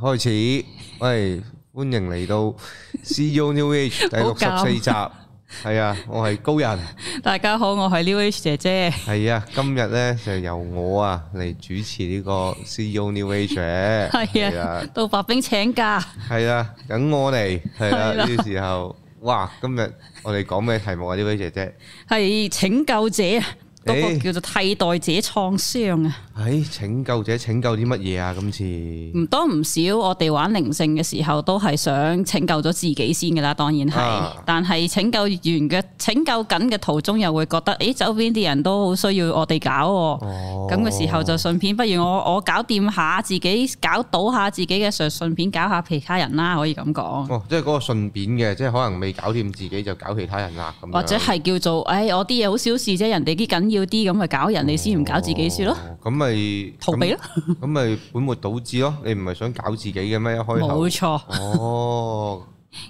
開始，喂，歡迎嚟到 CEO E New Age 第六十四集，係啊，我係高人， 大家好，我係 New Age 姐姐，係啊，今日咧就由我啊嚟主持呢個 CEO E New Age à, 嘅，係啊，到白冰請假，係啊，等我嚟，係啊，係啦呢個時候，哇，今日我哋講咩題目啊？New Age 姐姐，係拯救者，嗰誒個叫做替代者創傷啊，唉，拯救者拯救啲乜嘢啊？今次唔多唔少，我哋玩靈性嘅時候都係想拯救咗自己先噶啦，當然係，啊但係拯救完嘅拯救緊嘅途中又會覺得，誒周邊啲人都好需要我哋搞喎。哦咁嘅時候就順便，不如我我搞掂下自己，搞到下自己嘅時候，順便搞下其他人啦，可以咁講。哦，即係嗰個順便嘅，即係可能未搞掂自己就搞其他人啦，咁樣或者係叫做，唉，我啲嘢好小事啫，人哋啲緊要啲，咁咪搞人哋先，唔搞自己先咯，哦，咁咪逃避咯，咁咁咪本末倒置咯。你唔係想搞自己嘅咩？一開頭冇錯。哦，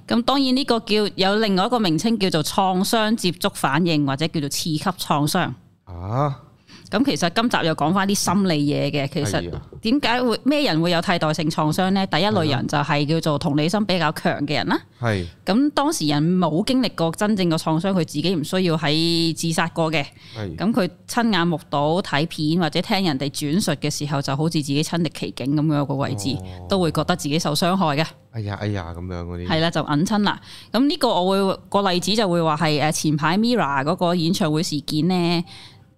咁當然呢個叫有另外一個名稱叫做創傷接觸反應，或者叫做次級創傷。啊，咁其實今集又講翻啲心理嘢嘅，其實係啊點解會咩人會有替代性創傷呢？第一類嗯人就係叫做同理心比較強嘅人啦。係咁當事人冇經歷過真正嘅創傷，佢自己唔需要喺自殺過嘅。係咁佢親眼目睹睇片或者聽人哋轉述嘅時候，就好似自己親歷其境咁樣個位置，哦都會覺得自己受傷害嘅，哎呀哎呀咁樣嗰啲，係啦就揞親啦。咁呢個我會個例子就會話係誒呃前排 Mira 嗰個演唱會事件呢，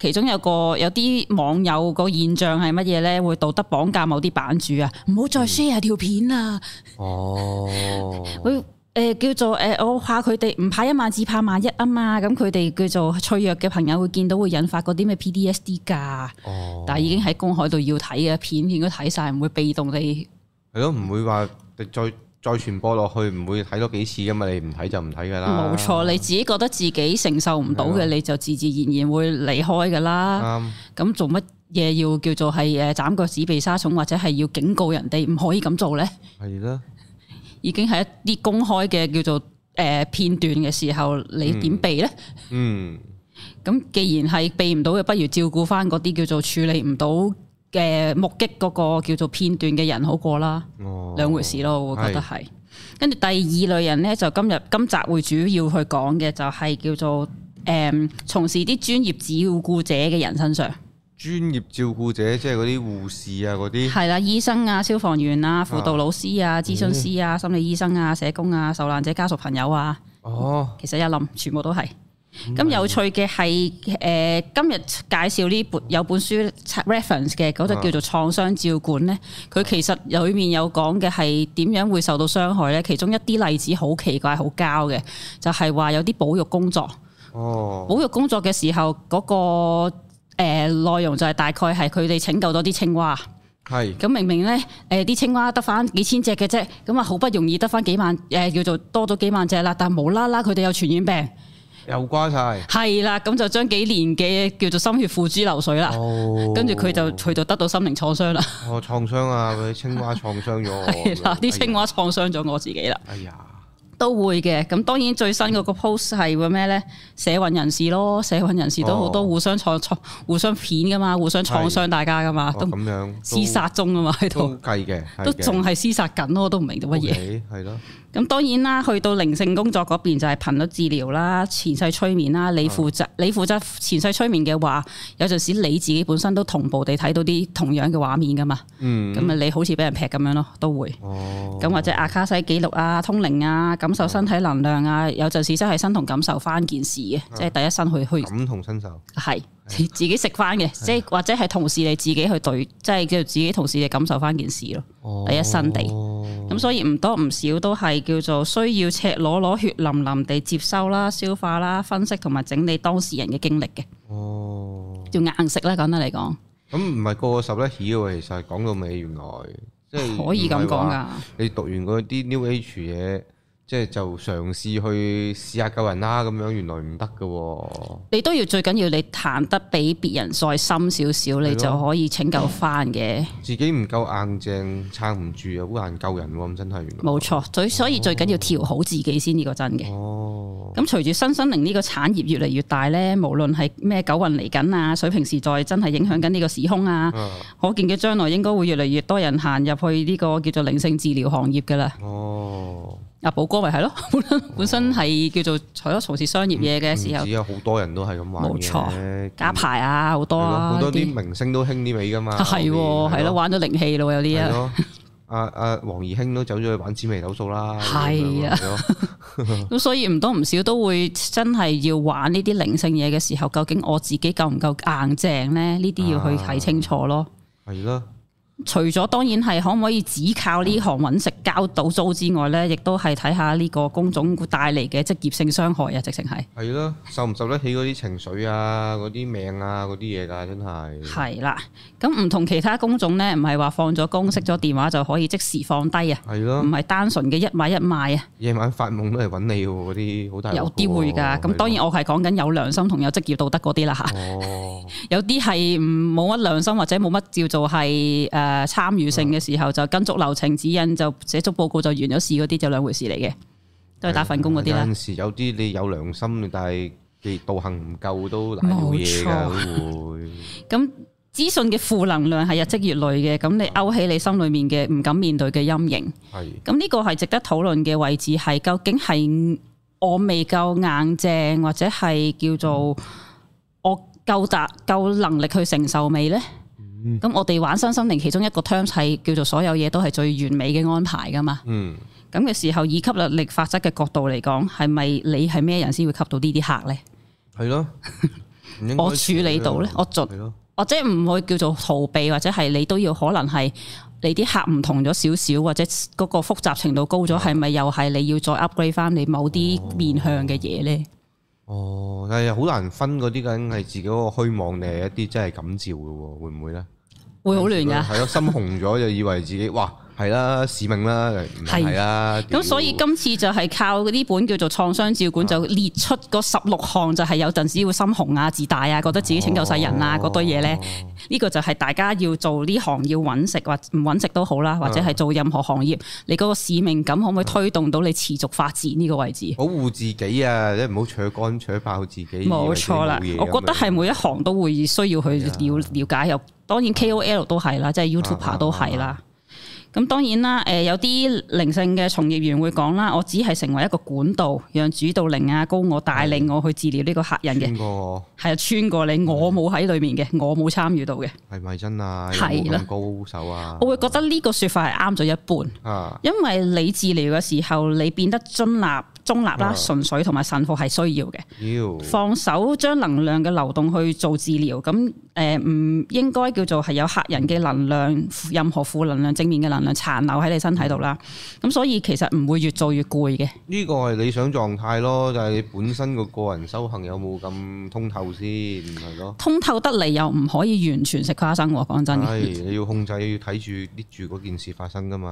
其中有個有啲網友個現象係乜嘢呢？會道德綁架某啲版主啊，唔好再 share 條片啊！ 哦，佢誒、叫做誒、呃我怕佢哋唔怕一萬，只怕萬一啊嘛。咁佢哋叫做脆弱嘅朋友會見到會引發嗰啲咩 PDSD 㗎。哦，但係已經喺公海度要睇嘅片，應該睇晒，唔會被動地係咯，唔會話再再傳播落去，唔會睇多幾次噶嘛。你唔睇就唔睇噶啦，冇錯。你自己覺得自己承受唔到係啊嘅，你就自自然然會離開噶啦。啱咁做乜嘢要叫做係誒呃斬腳趾避沙蟲，或者係要警告人哋唔可以咁做呢？係啦，已經係一啲公開嘅叫做誒、呃片段嘅時候，你點避呢？嗯，咁、既然係避唔到嘅，不如照顧翻嗰啲叫做處理唔到嘅目擊嗰個叫做片段嘅人好過啦。哦，兩回事咯，我會覺得係。跟住第二類人咧，就今日今集會主要去講嘅就係叫做誒、嗯、從事啲專業照顧者嘅人身上，專業照顧者即係嗰啲護士啊嗰啲，係啦，醫生啊、消防員啊、輔導老師啊、諮詢師啊、心理醫生啊、社工啊、受難者家屬朋友啊，哦，其實一冧全部都係。嗯咁有趣嘅係誒，今日介紹呢本有本書 reference 嘅，嗰啊就叫做《創傷照管》咧。佢其實裏面有講嘅係點樣會受到傷害咧，其中一啲例子好奇怪、好膠嘅，就係、話有啲保育工作，哦，保育工作嘅時候嗰、個誒、呃、內容就係大概係佢哋拯救咗啲青蛙。係咁明明咧，誒、啲青蛙得翻幾千隻嘅啫，咁啊好不容易得翻幾萬，誒、叫做多咗幾萬隻啦，但無啦啦佢哋有傳染病，又瓜晒。係啦，咁就將幾年嘅叫做心血付諸流水啦，哦跟住佢就佢就得到心靈創傷啦，我創傷啊，佢青蛙創傷咗我。 係啦，啲青蛙。蛙創傷咗我自己啦，哎呀，都會嘅。咁當然最新嗰個 post 係會咩咧？社運人士咯，社運人士都好多哦互相創創、互相片噶嘛，互相創傷大家噶嘛，哇啊都哦咁樣廝殺中噶嘛喺都度，計嘅，都仲係廝殺緊咯，我都唔明到乜嘢。嘢？係咯，咁當然啦，去到靈性工作嗰邊就係頻率治療啦、前世催眠啦。你嗯負責你負責前世催眠嘅話，有陣時你自己本身都同步地睇到啲同樣嘅畫面噶嘛。嗯，咁啊、你好似俾人劈咁樣咯，都會。哦，咁或啊者阿卡西記錄啊、通靈啊、感受身體能量啊，有陣時真係身同感受翻件事嗯嘅，即係第一身去去感同身受，係自自己食翻嘅，即係或者係同事你自己去對，即係叫自己同事你感受翻件事咯。第一啊身地哦咁所以唔多唔少都係叫做需要赤裸裸、血淋淋地接收啦、消化啦、分析同埋整理當事人嘅經歷嘅，哦，叫硬食啦。簡單嚟講，咁唔係個個十一起喎，其實講到尾原來即係可以嗯咁講唔係話㗎。你讀完嗰啲 New Age 嘢，即係就嘗試去試下救人啦，咁樣原來唔得嘅喎。你都要最緊要你彈得比別人再深少少，你係咯就可以拯救翻嘅。自己唔夠硬正，撐唔住啊，好難救人喎，咁真係原來。冇錯，最所以最緊要調好自己先呢個真嘅。哦，咁隨住新生靈呢個產業越嚟越大呢，無論係咩九運嚟緊啊，水平時代真係影響緊呢個時空啊，啊可見嘅將來應該會越嚟越多人行入去呢個叫做靈性治療行業噶啦。哦，阿寶哥咪係咯， 本身本身係叫做除咗從事商業嘢嘅時唔候，止有好多人都係咁玩嘅冇錯加係牌啊好多咯啊，好多呢啲明星都興呢味噶嘛。啊 係後喎，面係咯，玩咗靈氣咯，有啲係啊，咯，阿阿黃怡興都走咗去玩紫微斗數啦，係咁啊樣咯，係咯咁所以唔多唔少都會真係要玩呢啲靈性嘢嘅時候，究竟我自己夠唔夠硬正呢？呢啲要去睇清楚咯。係咯，除咗當然係可唔可以只靠呢行揾食交到租之外呢，亦都係睇下呢個工種帶嚟嘅職業性傷害啊，直情係係咯，受唔受得起嗰啲情緒啊，嗰啲命啊，嗰啲嘢㗎，真係。係啦。咁唔同其他工種呢，唔係話放咗工熄咗電話就可以即時放低啊，係唔咯，係單純嘅一買一賣啊，夜晚發夢都嚟揾你喎，嗰啲好大鑊有啲會㗎。喎咁當。係咯然我係講緊有良心同有職業道德嗰啲啦嚇。哦，有啲係唔冇乜良心或者冇乜叫做係誒參與性嘅時候，就跟足流程指引就寫足報告就完咗事嗰啲就兩回事嚟嘅，都係打份工嗰啲有啦。陣時有啲你有良心，但係其道行唔夠都難到嘢㗎，都會咁資訊嘅負能量係日積月累嘅，咁你勾起你心裏面嘅唔敢面對嘅陰影。係咁呢個係值得討論嘅位置係究竟係我未夠硬正，或者係叫做我夠達夠能力去承受未呢？咁我哋玩身心靈，其中一個 terms 係叫做所有嘢都係最完美嘅安排噶嘛。嗯咁嘅時候，以吸引力法則嘅角度嚟講，係咪你係咩人先會吸到呢啲客呢？係咯。唔應該我處理到呢我盡係咯，或者唔會叫做逃避，或者係你都要可能係你啲客唔同咗少少，或者嗰個複雜程度高咗，係咪又係你要再 upgrade 翻你某啲面向嘅嘢呢？哦，但係好難分嗰啲究竟係自己嗰個虛妄定係一啲真係感召嘅喎，會唔會咧？會好亂㗎。係咯，心紅咗就以為自己哇係啦，使命啦，唔係啦。咁所以屌今次就係靠呢本叫做創傷照管，就列出嗰十六項，就係有陣時會心紅啊、自大啊，覺得自己拯救世人啊哦嗰堆嘢呢。呢個就係大家要做呢行要揾食或唔揾食都好啦，或者係做任何行業，你嗰個使命感可唔可以推動到你持續發展呢個位置？保護自己啊，即係唔好扯乾扯爆自己。冇錯啦，以為自己我冇嘢啊覺得係每一行都會需要去了了解，又當然 KOL 都係啦，即係啊啊啊 YouTuber 都係啦。咁當然啦，誒有啲靈性嘅從業員會講啦，我只係成為一個管道，讓主導靈啊高我帶領我去治療呢個客人咁樣嘅，穿過我係啊穿過嗯你，我冇喺裡面嘅，我冇參與到嘅，係咪真啊？有係啦冇咁高手啊我？會覺得呢個説法係啱咗一半。啊，因為你治療嘅時候，你變得中立、中立啦啊、純粹同埋神父係需要嘅。妖，放手將能量嘅流動去做治療，咁誒唔應該叫做係有客人嘅能量，任何負能量、正面嘅能量殘留喺你身體度啦。咁所以其實唔會越做越攰嘅。呢個係理想狀態咯，就係你本身個個人修行有冇咁通透先，係咯。通透得嚟又唔可以完全食花生喎，講真嘅。係你要控制，要睇住捏住嗰件事發生噶 嘛。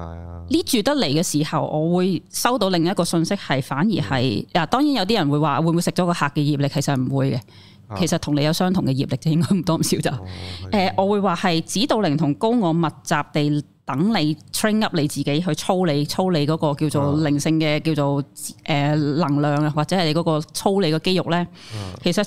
呢住得嚟嘅時候，我會收到另一個信息，係反而係嗯嗱，當然有啲人會話會唔會食咗個客嘅業力，其實唔會嘅啊。其實同你有相同嘅業力，就應該唔多唔少就。哦係誒、呃我會話係指導靈同高我密集地等你 train up 你自己去操你操你嗰個叫做靈性嘅叫做誒、呃能量啊，或者係你嗰個操你個肌肉咧。其實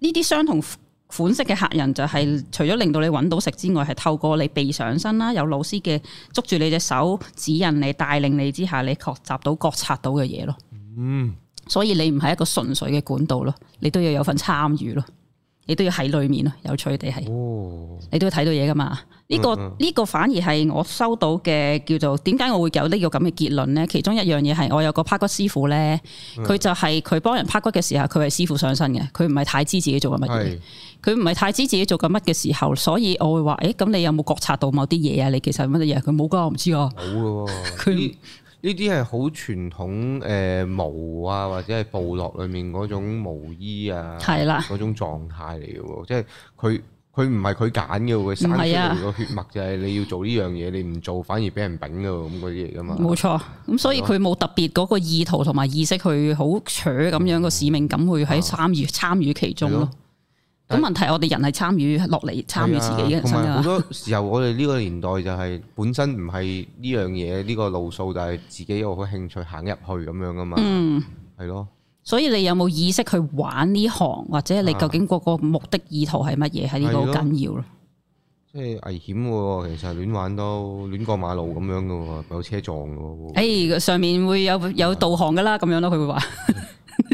呢啲相同款式嘅客人就係除咗令到你揾到食之外，係透過你被上身啦，有老師嘅捉住你隻手指引你帶領你之下，你學習到覺察到嘅嘢咯。嗯，所以你唔係一個純粹嘅管道咯，你都要有份參與咯，你都要喺裡面咯，有趣地係。哦，你都會睇到嘢噶嘛？呢、個嗯嗯呢、個反而係我收到嘅叫做點解我會有呢個咁嘅結論呢？其中一樣嘢係我有個拍骨師傅呢，嗯佢就係佢幫人拍骨嘅時候，佢係師傅上身嘅，佢唔係太知自己做緊乜嘢，係佢唔係太知自己做緊乜嘅時候，所以我會話：，誒、咁你有冇覺察到某啲嘢啊？你其實係乜嘢？佢冇噶，我唔知啊。冇嘅喎。 佢呢呢啲係好傳統誒巫啊，或者係部落裏面嗰種巫醫啊，係啦，嗰種狀態嚟嘅喎，即係佢。佢唔係佢揀嘅喎，佢生出唔係啊嚟個血脈就係你要做呢樣嘢，你唔做反而俾人丙嘅喎，咁嗰啲嚟噶嘛。冇錯，咁所以佢冇特別嗰個意圖同埋意識去好扯咁樣個使命感去喺參與參與其中啊係咯咯。咁問題我哋人係參與落嚟參與自己嘅人啊同生埋好啊，多時候，我哋呢個年代就係本身唔係呢樣嘢呢個路數，但係自己有好興趣行入去咁樣噶嘛。嗯，係咯，所以你有冇意識去玩呢行，或者你究竟嗰個目的意圖係乜嘢，喺呢度好啊係咯緊要咯。即係危險嘅喎，其實亂玩都亂過馬路咁樣嘅喎，有車撞嘅喎，誒、哎上面會有有導航噶啦，咁樣咯，佢會話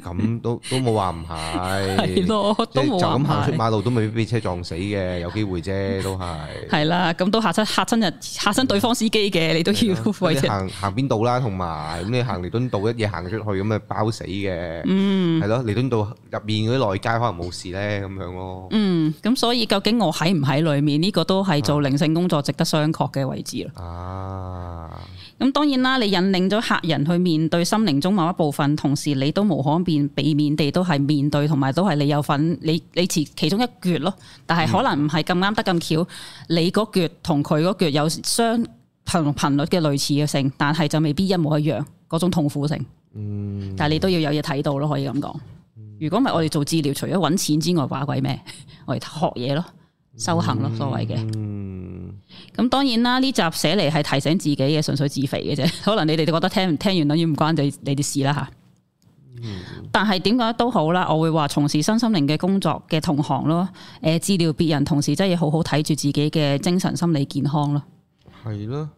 咁都都冇話唔 係係。咯，即都係冇就咁話行出係馬路都未必俾車撞死嘅，有機會啫，都係。係啦，咁都嚇親嚇親人嚇親對方司機嘅，你都係啊要咯 為你啫。行行邊度啦，同埋咁你行彌敦道一嘢行出去咁啊包死嘅，嗯，係咯，彌敦道入面嗰啲內街可能冇事咧咁樣咯，嗯，咁所以究竟我喺唔喺裏面呢、個都係做靈性工作值得商榷嘅位置咯。啊，咁當然啦，你引領咗客人去面對心靈中某一部分，同時你都無可避避免地都係面對，同埋都係你有份，你你其其中一橛咯。但係可能唔係咁啱得咁巧，你嗰橛同佢嗰橛有相頻頻率嘅類似嘅性，但係就未必一模一樣嗰種痛苦性。嗯，但係你都要有嘢睇到咯，可以咁講。如果唔係我哋做治療，除咗揾錢之外，話鬼咩？ 我哋學嘢咯，修行咯，所謂嘅。嗯，咁當然啦，呢集寫嚟係提醒自己嘅，純粹自肥嘅啫。 可能你哋覺得聽聽完等於唔關你你哋事啦吓。但係點講都好啦，我會話從事身心靈嘅工作嘅同行咯，誒、治療別人同時真係要好好睇住自己嘅精神心理健康咯。係咯，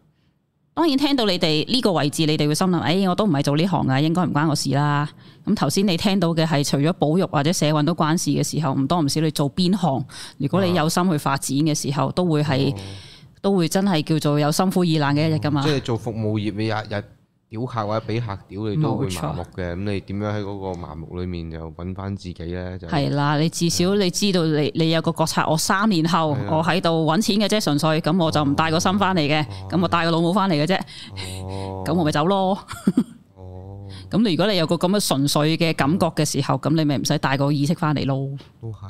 當然聽到你哋呢個位置，你哋會心諗：，誒、哎我都唔係做呢行啊噶，應該唔關我事啦。咁頭先你聽到嘅係除咗保育或者社運都關事嘅時候，唔多唔少你做邊行，如果你啊有心去發展嘅時候，都會係、都會真係叫做有心灰意冷嘅一日噶嘛哦即。係做服務業，你日日屌客或者俾客屌你都會冇錯麻木嘅，咁你點樣喺嗰個麻木裏面就揾翻自己咧？就係啦，你至少你知道你你有個覺察，我三年後啊係啊我喺度揾錢嘅啫，純粹咁我就唔帶個心翻嚟嘅，咁我帶個老母翻嚟嘅啫，哦，咁我咪走咯。哦，咁你如果你有個咁嘅純粹嘅感覺嘅時候，咁你咪唔使帶個意識翻嚟咯。都係，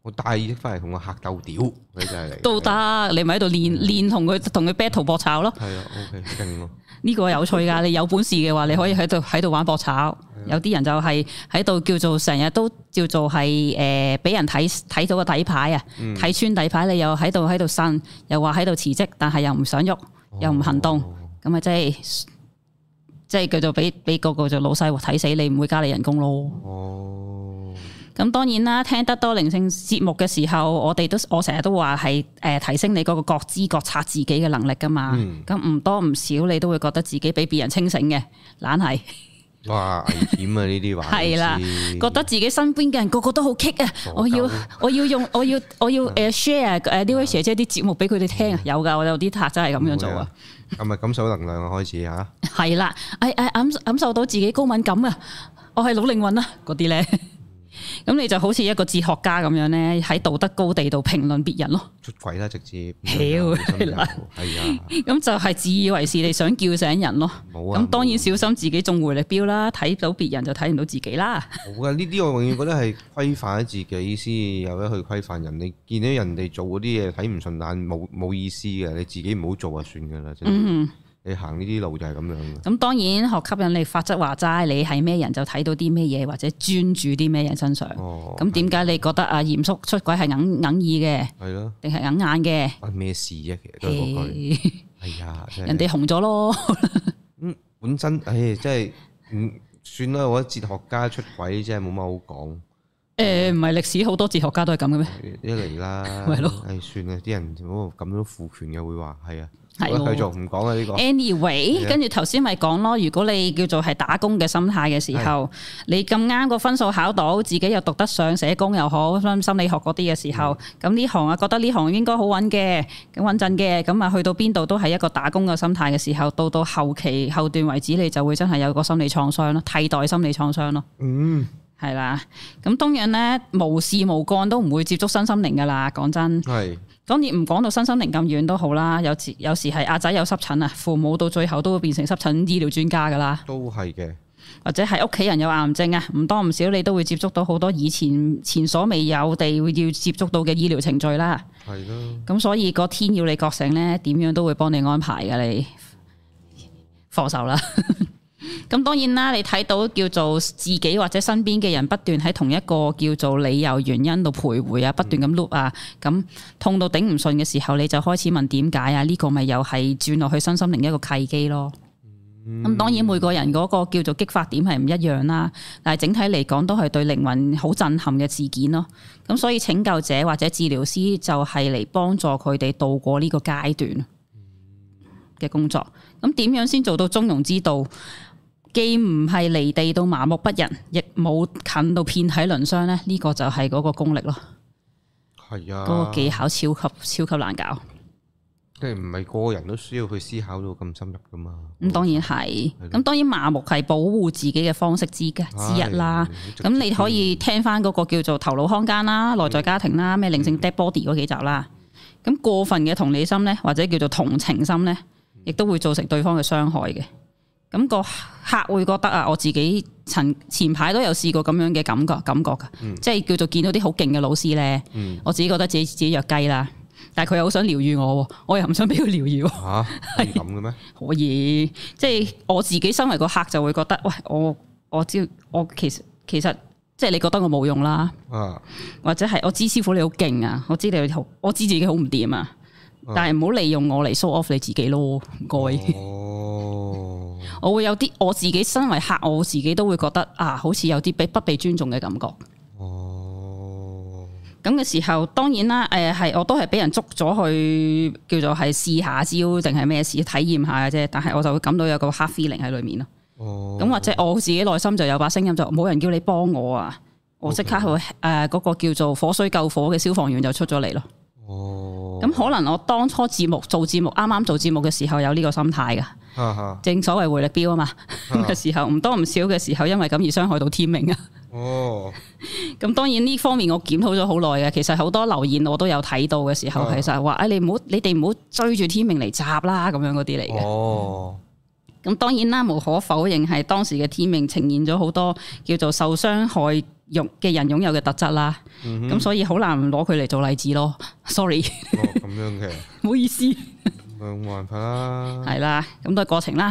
我帶意識翻嚟同個客鬥屌，佢就係嚟都得，你咪喺度練練同佢同佢 battle 搏炒咯。係啊，OK，勁喎。呢個有趣㗎，你有本事嘅話，你可以喺度喺度玩搏炒。有啲人就係喺度叫做成日都叫做係誒俾人睇睇到個底牌啊，睇穿底牌，你又喺度喺度呻，又話喺度辭職，但係又唔想喐，又唔行動，咁啊即係即係叫做俾俾個個就老細睇死你，唔會加你人工咯。哦，咁當然啦，聽得多靈性節目嘅時候，我哋都我成日都話係誒提升你嗰個覺知覺察自己嘅能力噶嘛嗯。咁唔、多唔少，你都會覺得自己比別人清醒嘅，懶係哇，危險啊！呢啲玩 係啦，覺得自己身邊嘅人個個都好棘啊！嗯我要 我要用我要我要誒 share 誒呢位姐姐啲節目俾佢哋聽啊！有㗎，我有啲客真係咁樣做啊！，係咪感受能量啊？開始嚇，係啦，誒誒感感受到自己高敏感啊，我係老靈魂啊，嗰啲咧，咁你就好似一個哲學家咁樣咧，喺道德高地度評論別人咯。出軌啦，直接嗯屌係啦，係啊， 咁就係自以為是你想叫醒人咯。冇啊，咁當然小心自己中回力標啦，睇到別人就睇唔到自己啦。冇啊！呢啲我永遠覺得係規範咗自己先有得去規範人。你見到人哋做嗰啲嘢睇唔順眼，冇冇意思嘅，你自己唔好做就算噶啦，真嗯係。你行呢啲路就係咁樣嘅。咁當然學吸引力法則話齋，你係咩人就睇到啲咩嘢，或者專注啲咩人身上。哦，咁點解你覺得啊嚴肅出軌係硬硬耳嘅，係咯，定係硬眼關咩事啫？其實都係嗰句。嘅？係啊，真係人哋紅咗咯，本身，唉、真係唔算啦。我覺得哲學家出軌真係冇乜好講，誒唔係歷史好多哲學家都係咁嘅咩？一嚟啦，咪咯唉、算啦，啲人唔好咁樣父權嘅會話係啊，係好啦喎繼續唔講啦呢個，係 Anyway，啊跟住頭先咪講咯，如果你叫做係打工嘅心態嘅時候，你咁啱個分數考到，自己又讀得上社工又好，心心理學嗰啲嘅時候，咁呢行啊覺得呢行應該好揾嘅，咁穩陣嘅，咁啊去到邊度都係一個打工嘅心態嘅時候，到到後期後段為止，你就會真係有個心理創傷咯，替代心理創傷咯。嗯，係啦，咁當然咧，無事無幹都唔會接觸身心靈噶啦。講真，係當然唔講到身心靈咁遠都好啦，有時有時係阿仔有濕疹啊，父母到最後都會變成濕疹醫療專家噶啦。都係嘅，或者係屋企人有癌症啊，唔多唔少你都會接觸到好多以前前所未有地會要接觸到嘅醫療程序啦。係咯，咁所以個天要你覺醒咧，點樣都會幫你安排嘅你放手啦。 咁當然啦，你睇到叫做自己或者身邊嘅人不斷喺同一個叫做理由原因度徘徊啊，不斷咁 loop 啊，咁痛到頂唔順嘅時候，你就開始問點解啊？呢、個咪又係轉落去身心靈一個契機咯。咁當然每個人嗰個叫做激發點係唔一樣啦，但係整體嚟講都係對靈魂好震撼嘅事件咯。咁所以拯救者或者治療師就係嚟幫助佢哋度過呢個階段嘅工作。咁點樣先做到中庸之道？既唔係離地到麻木不仁，亦冇近到遍體鱗傷咧，呢、個就係嗰個功力咯，係啊，嗰、個技巧超級超級難搞。即係唔係個個人都需要去思考到咁深入噶嘛？咁當然係，咁當然麻木係保護自己嘅方式之一之一啦。唉咁你可以聽翻嗰個叫做頭腦康間啦、內在家庭啦、咩靈性 dead body 嗰幾集啦。咁過分嘅同理心呢，或者叫做同情心呢，亦都會造成對方嘅傷害嘅。咁、個客會覺得啊，我自己曾前排都有試過咁樣嘅感覺感覺㗎，即係叫做見到啲好勁嘅老師呢，嗯我自己覺得自己自己弱雞啦，但係佢又好想療愈我喎，我又唔想俾佢療愈喎。吓可以咁嘅咩？可以，即係我自己身為個客就會覺得，喂，我我知我其實其實即係你覺得我冇用啦，啊，或者係我知師傅你好勁啊，我知你好，我知自己好唔掂啊，嗯但係唔好利用我嚟 show off 你自己咯，唔該。哦，我會有啲我自己身為客，我自己都會覺得啊，好似有啲被不被尊重嘅感覺。哦，咁嘅時候，當然啦，誒、係我都係俾人捉咗去叫做係試下招定係咩事體驗下嘅啫，但係我就會感到有個黑 feeling 喺裏面咯。哦，咁或者我自己內心就有把聲音就冇人叫你幫我啊，我即刻去 OK 誒嗰個叫做火水救火嘅消防員就出咗嚟咯。哦，咁可能我當初節目做節目啱啱做節目嘅時候有呢個心態嘅，哈哈，正所謂回力標啊嘛，咁 嘅時候唔多唔少嘅時候因為咁而傷害到天命啊。 哦，咁當然呢方面我檢討咗好耐嘅，其實好多留言我都有睇到嘅時候，啊其實話誒你唔好你哋唔好追住天命嚟襲啦咁樣嗰啲嚟嘅。哦，咁當然啦，無可否認係當時嘅天命呈現咗好多叫做受傷害用嘅人擁有嘅特質啦。嗯咁、所以好難攞佢嚟做例子咯。Sorry， 哦咁樣嘅，唔好意思，冇辦法啦，係啦，咁都係過程啦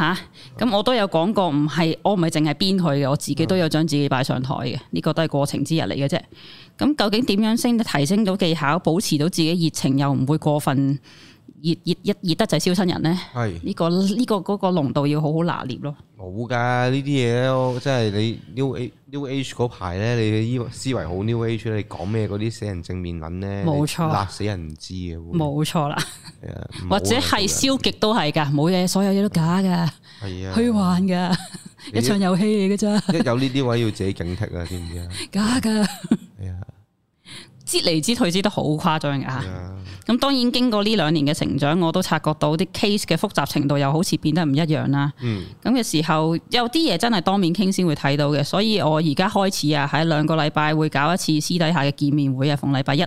吓，咁我都有講過，唔係我唔係淨係編佢嘅，我自己都有將自己擺上台嘅，呢、個都係過程之一嚟嘅啫。咁究竟點樣升提升到技巧，保持到自己熱情又唔會過分熱熱一熱得就燒親人呢？係呢、個呢、個嗰、個濃度要好好拿捏咯。冇㗎呢啲嘢，我真係你 New Age New Age 嗰排咧，你嘅思維好 New Age 咧，你講咩嗰啲死人正面撚咧，冇錯你辣死人唔知嘅會，冇錯啦，係啊唔好啊或者係做消極都係㗎，冇嘢，所有嘢都假㗎，人係啊，虛幻㗎，你一場遊戲嚟嘅咋，一有呢啲位要自己警惕啊，知唔知啊？假 㗎，係啊，擠嚟擠去擠得好誇張㗎嚇係。啊，咁當然經過呢兩年嘅成長，我都察覺到啲 case 嘅複雜程度又好似變得唔一樣啦。嗯，咁嘅時候，有啲嘢真係當面傾先會睇到嘅，所以我而家開始啊，喺兩個禮拜會搞一次私底下嘅見面會啊，逢禮拜一。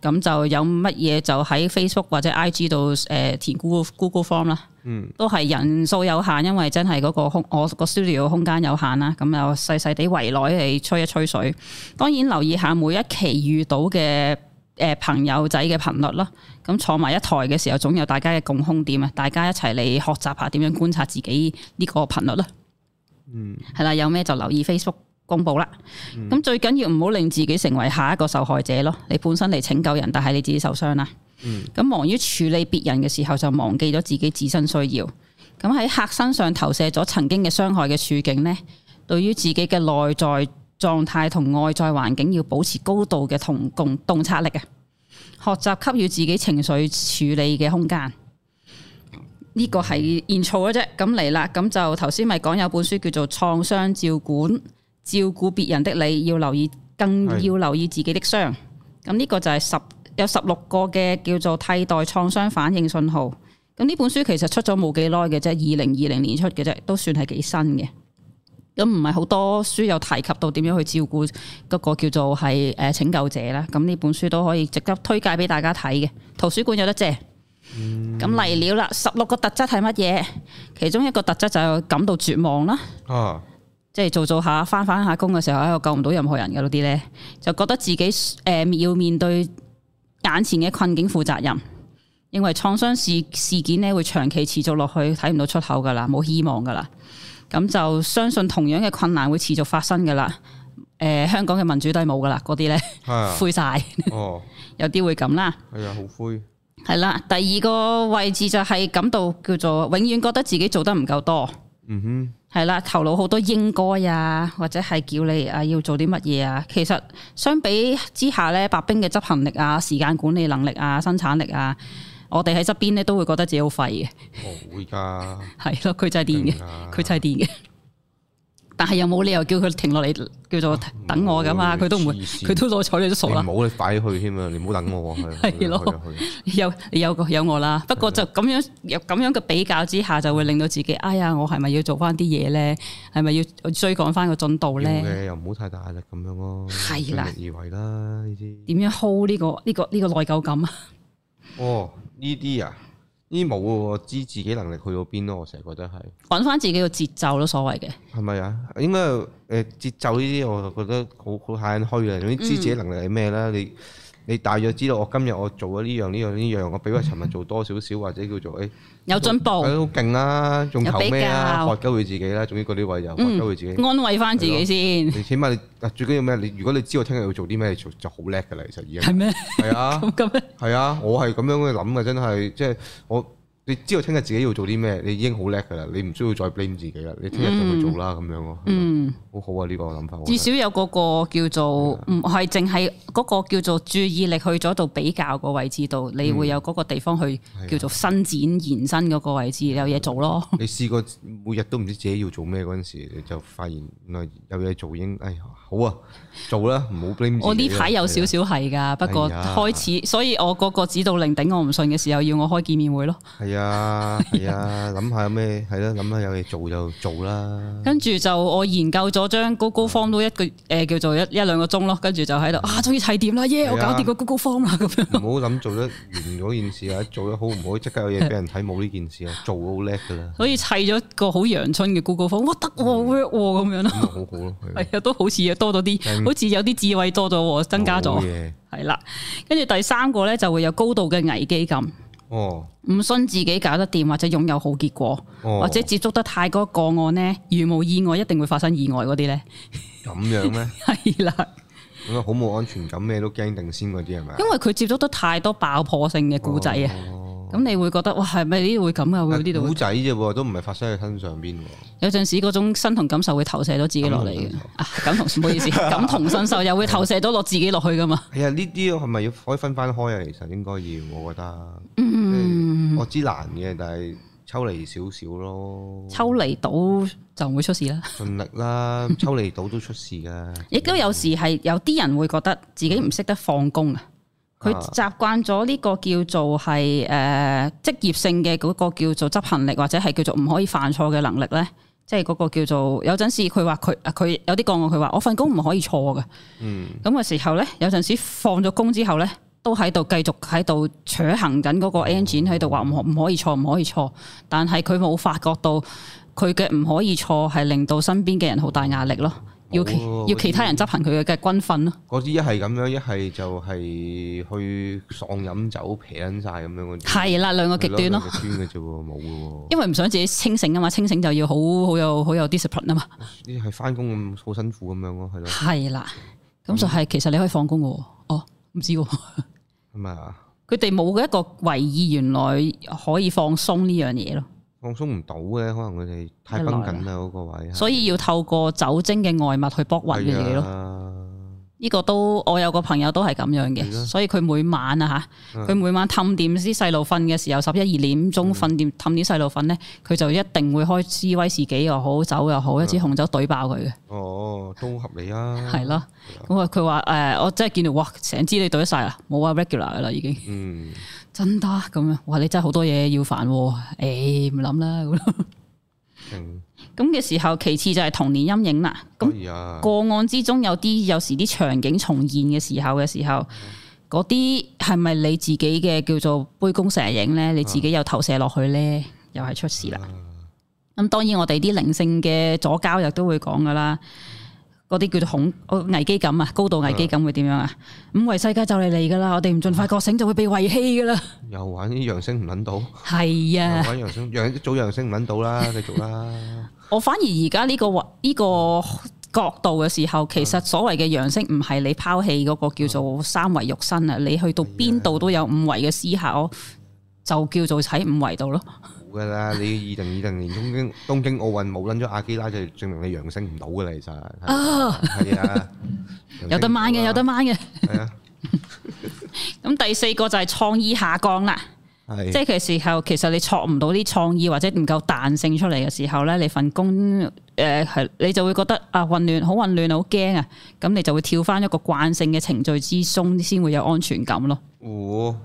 咁就有乜嘢就喺 Facebook 或者 IG 度誒、呃填 Google Google Form 啦。嗯，都係人數有限，因為真係嗰個空我個 studio 嘅空間有限啦，咁又細細地圍內嚟吹一吹水。當然留意下每一期遇到嘅誒呃朋友仔嘅頻率啦。咁坐埋一台嘅時候，總有大家嘅共空點啊！大家一齊嚟學習下點樣觀察自己呢個頻率啦。嗯，係啦，有咩就留意 Facebook 公佈啦。咁、最緊要唔好令自己成為下一個受害者咯。你本身嚟拯救人，但係你自己受傷啦。咁忙於處理別人嘅時候，就忘記咗自己自身需要。咁喺客身上投射咗曾經嘅傷害嘅處境呢，對於自己嘅內在狀態同外在環境要保持高度嘅同共洞察力啊！學習給予自己情緒處理嘅空間。呢個係現燥嘅啫，咁嚟啦，咁就頭先咪講有本書叫做《創傷照管》，照顧別人的你要留意，更係要留意自己的傷。咁呢個就係十有十六個嘅叫做替代創傷反應信號。咁呢本書其實出咗冇幾耐嘅啫，二零二零年出嘅啫，都算係幾新嘅。咁唔係好多書有提及到點樣去照顧嗰個叫做係誒拯救者啦。咁呢本書都可以值得推介俾大家睇嘅，圖書館有得借。咁嚟了啦，十六個特質係乜嘢？其中一個特質就係感到絕望啦，啊，即係做做下翻翻下工嘅時候，喺度救唔到任何人嘅嗰啲咧，就覺得自己诶、要面對眼前嘅困境負責任，認為創傷事事件咧會長期持續落去，睇唔到出口噶啦，冇希望噶啦。咁就相信同樣嘅困難會持續發生噶啦。诶、香港嘅民主都係冇噶啦，嗰啲咧係啊， 灰晒，哦，有啲會咁啦。係啊，好灰，系啦，第二個位置就係感到叫做永遠覺得自己做得唔夠多，嗯哼，係啦，頭腦好多應該啊，或者係叫你啊要做啲乜嘢啊。其實相比之下咧，白冰嘅執行力啊、時間管理能力啊、生產力啊，我哋喺側邊咧都會覺得自己好廢嘅， 哦會㗎，係咯，佢就係 癲嘅，嘅佢就係癲嘅。 但係又冇理由叫佢停落嚟，叫做等我咁啊，冇佢都唔會，黐線佢都攞彩你都傻你啦。唔好你快啲去添啊！你唔好等我啊，係係咯有你有個有我啊啦，不過就咁樣有咁樣嘅比較之下，就會令到自己，哎呀，我係咪要做翻啲嘢咧？係咪要追趕翻個進度要咧？嘅又唔好太大壓力咁樣咯，係啦盡力而為啦呢啲。點樣 hold 呢、個呢、個呢、個內疚感啊？ 哦，呢啲啊，呢啲冇喎，知自己能力去到邊咯，我成日覺得係。揾翻自己個節奏咯，所謂嘅係咪啊？應該誒節奏呢啲，我就覺得好好太虛啦。總之知自己能力係咩啦，你你大約知道我今日我做咗呢樣呢樣呢樣，我比我尋日做多少少，或者叫做誒，有進步，係好勁啦，仲求咩啊？有學鳩佢自己啦，總之嗰啲位就學鳩佢自己。安慰翻自己先，你起碼你啊最緊要咩？你如果你知道聽日要做啲咩，你做就好叻㗎啦。其實已經係咩？係啊。咁咁咧，係啊，我係咁樣嘅諗嘅，真係即係我你知道聽日自己要做啲咩，你已經好叻㗎啦，你唔需要再 blame 自己啦，你聽日就去做啦咁樣咯。嗯，好好啊呢個諗法，我覺得至少有嗰個叫做啊唔係淨係嗰個叫做注意力去咗到比較個位置度，你會有嗰個地方去嗯係啊叫做伸展延伸嗰個位置，有嘢做咯。你試過每日都唔知自己要做咩嗰陣時，你就發現原來有嘢做已經，哎呀好啊，做啦，唔好 blame 自己啦啊我呢排有少係少係㗎，不過哎呀開始，所以我嗰個指導令頂我唔順嘅時候，要我開見面會咯。啊係啊係 啊，諗下有咩係啦，諗下有嘢做就做啦。跟住就我研究咗張 Google Form 都一個誒、叫做一一兩個鐘咯，跟住就喺度啊，終於砌掂啦，耶！係啊我搞掂個 Google Form 啦，咁樣 唔好諗做得完咗件事啊，做得好唔好，即刻有嘢俾人睇冇呢件事啊，做好叻㗎啦，所以砌咗個好陽春嘅 Google Form，哇得喎嗯 work 喎咁咁樣咯，咪好好咯。係啊 係啊，都好似多咗啲，嗯好似有啲智慧多咗喎，增加好咗，嘢係啦。跟住第三個咧就會有高度嘅危機感，哦唔信自己搞得掂或者擁有好結果。哦， 或者接觸得太多個案呢，如無意外一定會發生意外嗰啲呢。 咁樣咩？係啦，咁樣好冇安全感，咩都驚定先嗰啲係咪？啊因為佢接觸得太多爆破性嘅故仔啊，哦咁、你會覺得哇係咪呢度會咁啊？會呢度會古仔啫喎，都唔係發生喺身上邊喎。有陣時嗰種身同感受會投射到自己落嚟嘅啊，感同唔 好意思，感同身受又會投射到落自己落去噶嘛。係啊，呢啲係咪要可以分翻開啊？其實應該要，我覺得。即嗯係我知難嘅，但係抽離少少咯，抽離到就唔會出事啦。盡力 啦，抽離到都出事㗎。亦都有時係有啲人會覺得自己唔識得放工啊，佢啊習慣咗呢個叫做係誒、呃、職業性嘅嗰個叫做執行力，或者係叫做唔可以犯錯嘅能力咧。即係嗰個叫做有陣時佢話佢啊佢有啲個案佢話我份工唔可以錯嘅，嗯，咁嘅時候咧有陣時放咗工之後咧都喺度繼續喺度扯行緊嗰個 engine 喺度話唔可唔可以錯唔可以錯，但係佢冇發覺到佢嘅唔可以錯係令到身邊嘅人好大壓力咯，要其冇咯要其他人執行佢嘅軍訓咯。嗰啲一係咁樣，一係就係去喪飲酒、撇撚晒咁樣嗰啲。係啦，兩個極端係兩咯，個極端嘅啫喎，冇嘅喎。 因為唔想自己清醒啊嘛，清醒就要好好有好有 discipline 啊嘛，呢係翻工咁好辛苦咁樣咯，嗯係咯，係啦，咁就係其實你可以放工嘅喎，哦，唔知喎， 係咪啊？佢哋冇一個為意，原來可以放鬆呢樣嘢咯，放鬆唔到嘅，可能佢哋太繃緊啦嗰個位。所以要透過酒精嘅外物去搏暈嘅嘢咯，咯。呢個都我有個朋友都係咁樣嘅，所以佢每晚啊嗯吓，嗯佢每晚氹掂啲細路瞓嘅時候，十一二點鐘瞓掂氹啲細路瞓咧，佢就一定會開支威士忌又好酒又好，一支紅酒懟爆佢嘅。哦，都合理啊。係。咯，咁啊佢話誒，我真係見到哇，成支你對得晒啦，冇話 regular 噶啦已經，嗯，真得咁樣，哇你真係好多嘢要煩喎，誒唔諗啦咁咯。勁咁嘅時候，其次就係童年陰影啦。咁可以啊。個案之中有啲有時啲場景重現嘅時候嘅時候，嗰啲係咪你自己啊嘅叫做杯弓蛇影咧？你自己又投射落去咧，又係出事啦。咁當然我哋啲靈性嘅左交亦都會講噶啦，嗰啲叫做恐哦危機感啊，高度危機感會點樣啊？五維世界就嚟嚟噶啦，我哋唔盡快覺醒就會被遺棄噶啦。又玩啲揚聲唔撚到，又係啊，玩揚聲，揚早揚聲唔撚到啦，繼續啦，我反而而家呢個位呢、個角度嘅時候，其實所謂嘅揚升唔係你拋棄嗰個叫做三維肉身啊，你去到邊度都有五維嘅思考，就叫做喺五維度咯。冇噶啦，你二零二零年東京東京奧運冇撚咗阿基拉，就證明你揚聲唔到噶啦，其實啊，係啊， 有得掹嘅，有得掹嘅。係啊，咁第四個就係創意下降啦。係即係嘅時候，其實你錯唔到啲創意或者唔夠彈性出嚟嘅時候咧，你份工誒係、你就會覺得啊混亂，好混亂，好驚啊！咁你就會跳翻一個慣性嘅程序之中，先會有安全感咯。哦，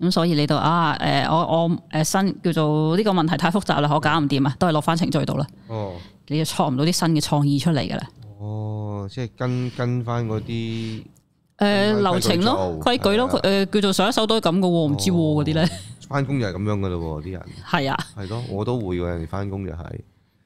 咁所以你到啊誒、我我誒新叫做呢個問題太複雜啦，我搞唔掂啊，都係落翻程序度啦，哦，你就錯唔到啲新嘅創意出嚟噶啦。哦，即係跟跟翻嗰啲誒、咁咪流程咯，規規矩矩咯，做啊誒、叫做上一手都係咁嘅喎，唔知喎嗰啲哦咧，翻工就係咁樣噶咯喎，啲人係啊。係咯，我都會嘅，人哋翻工就係啊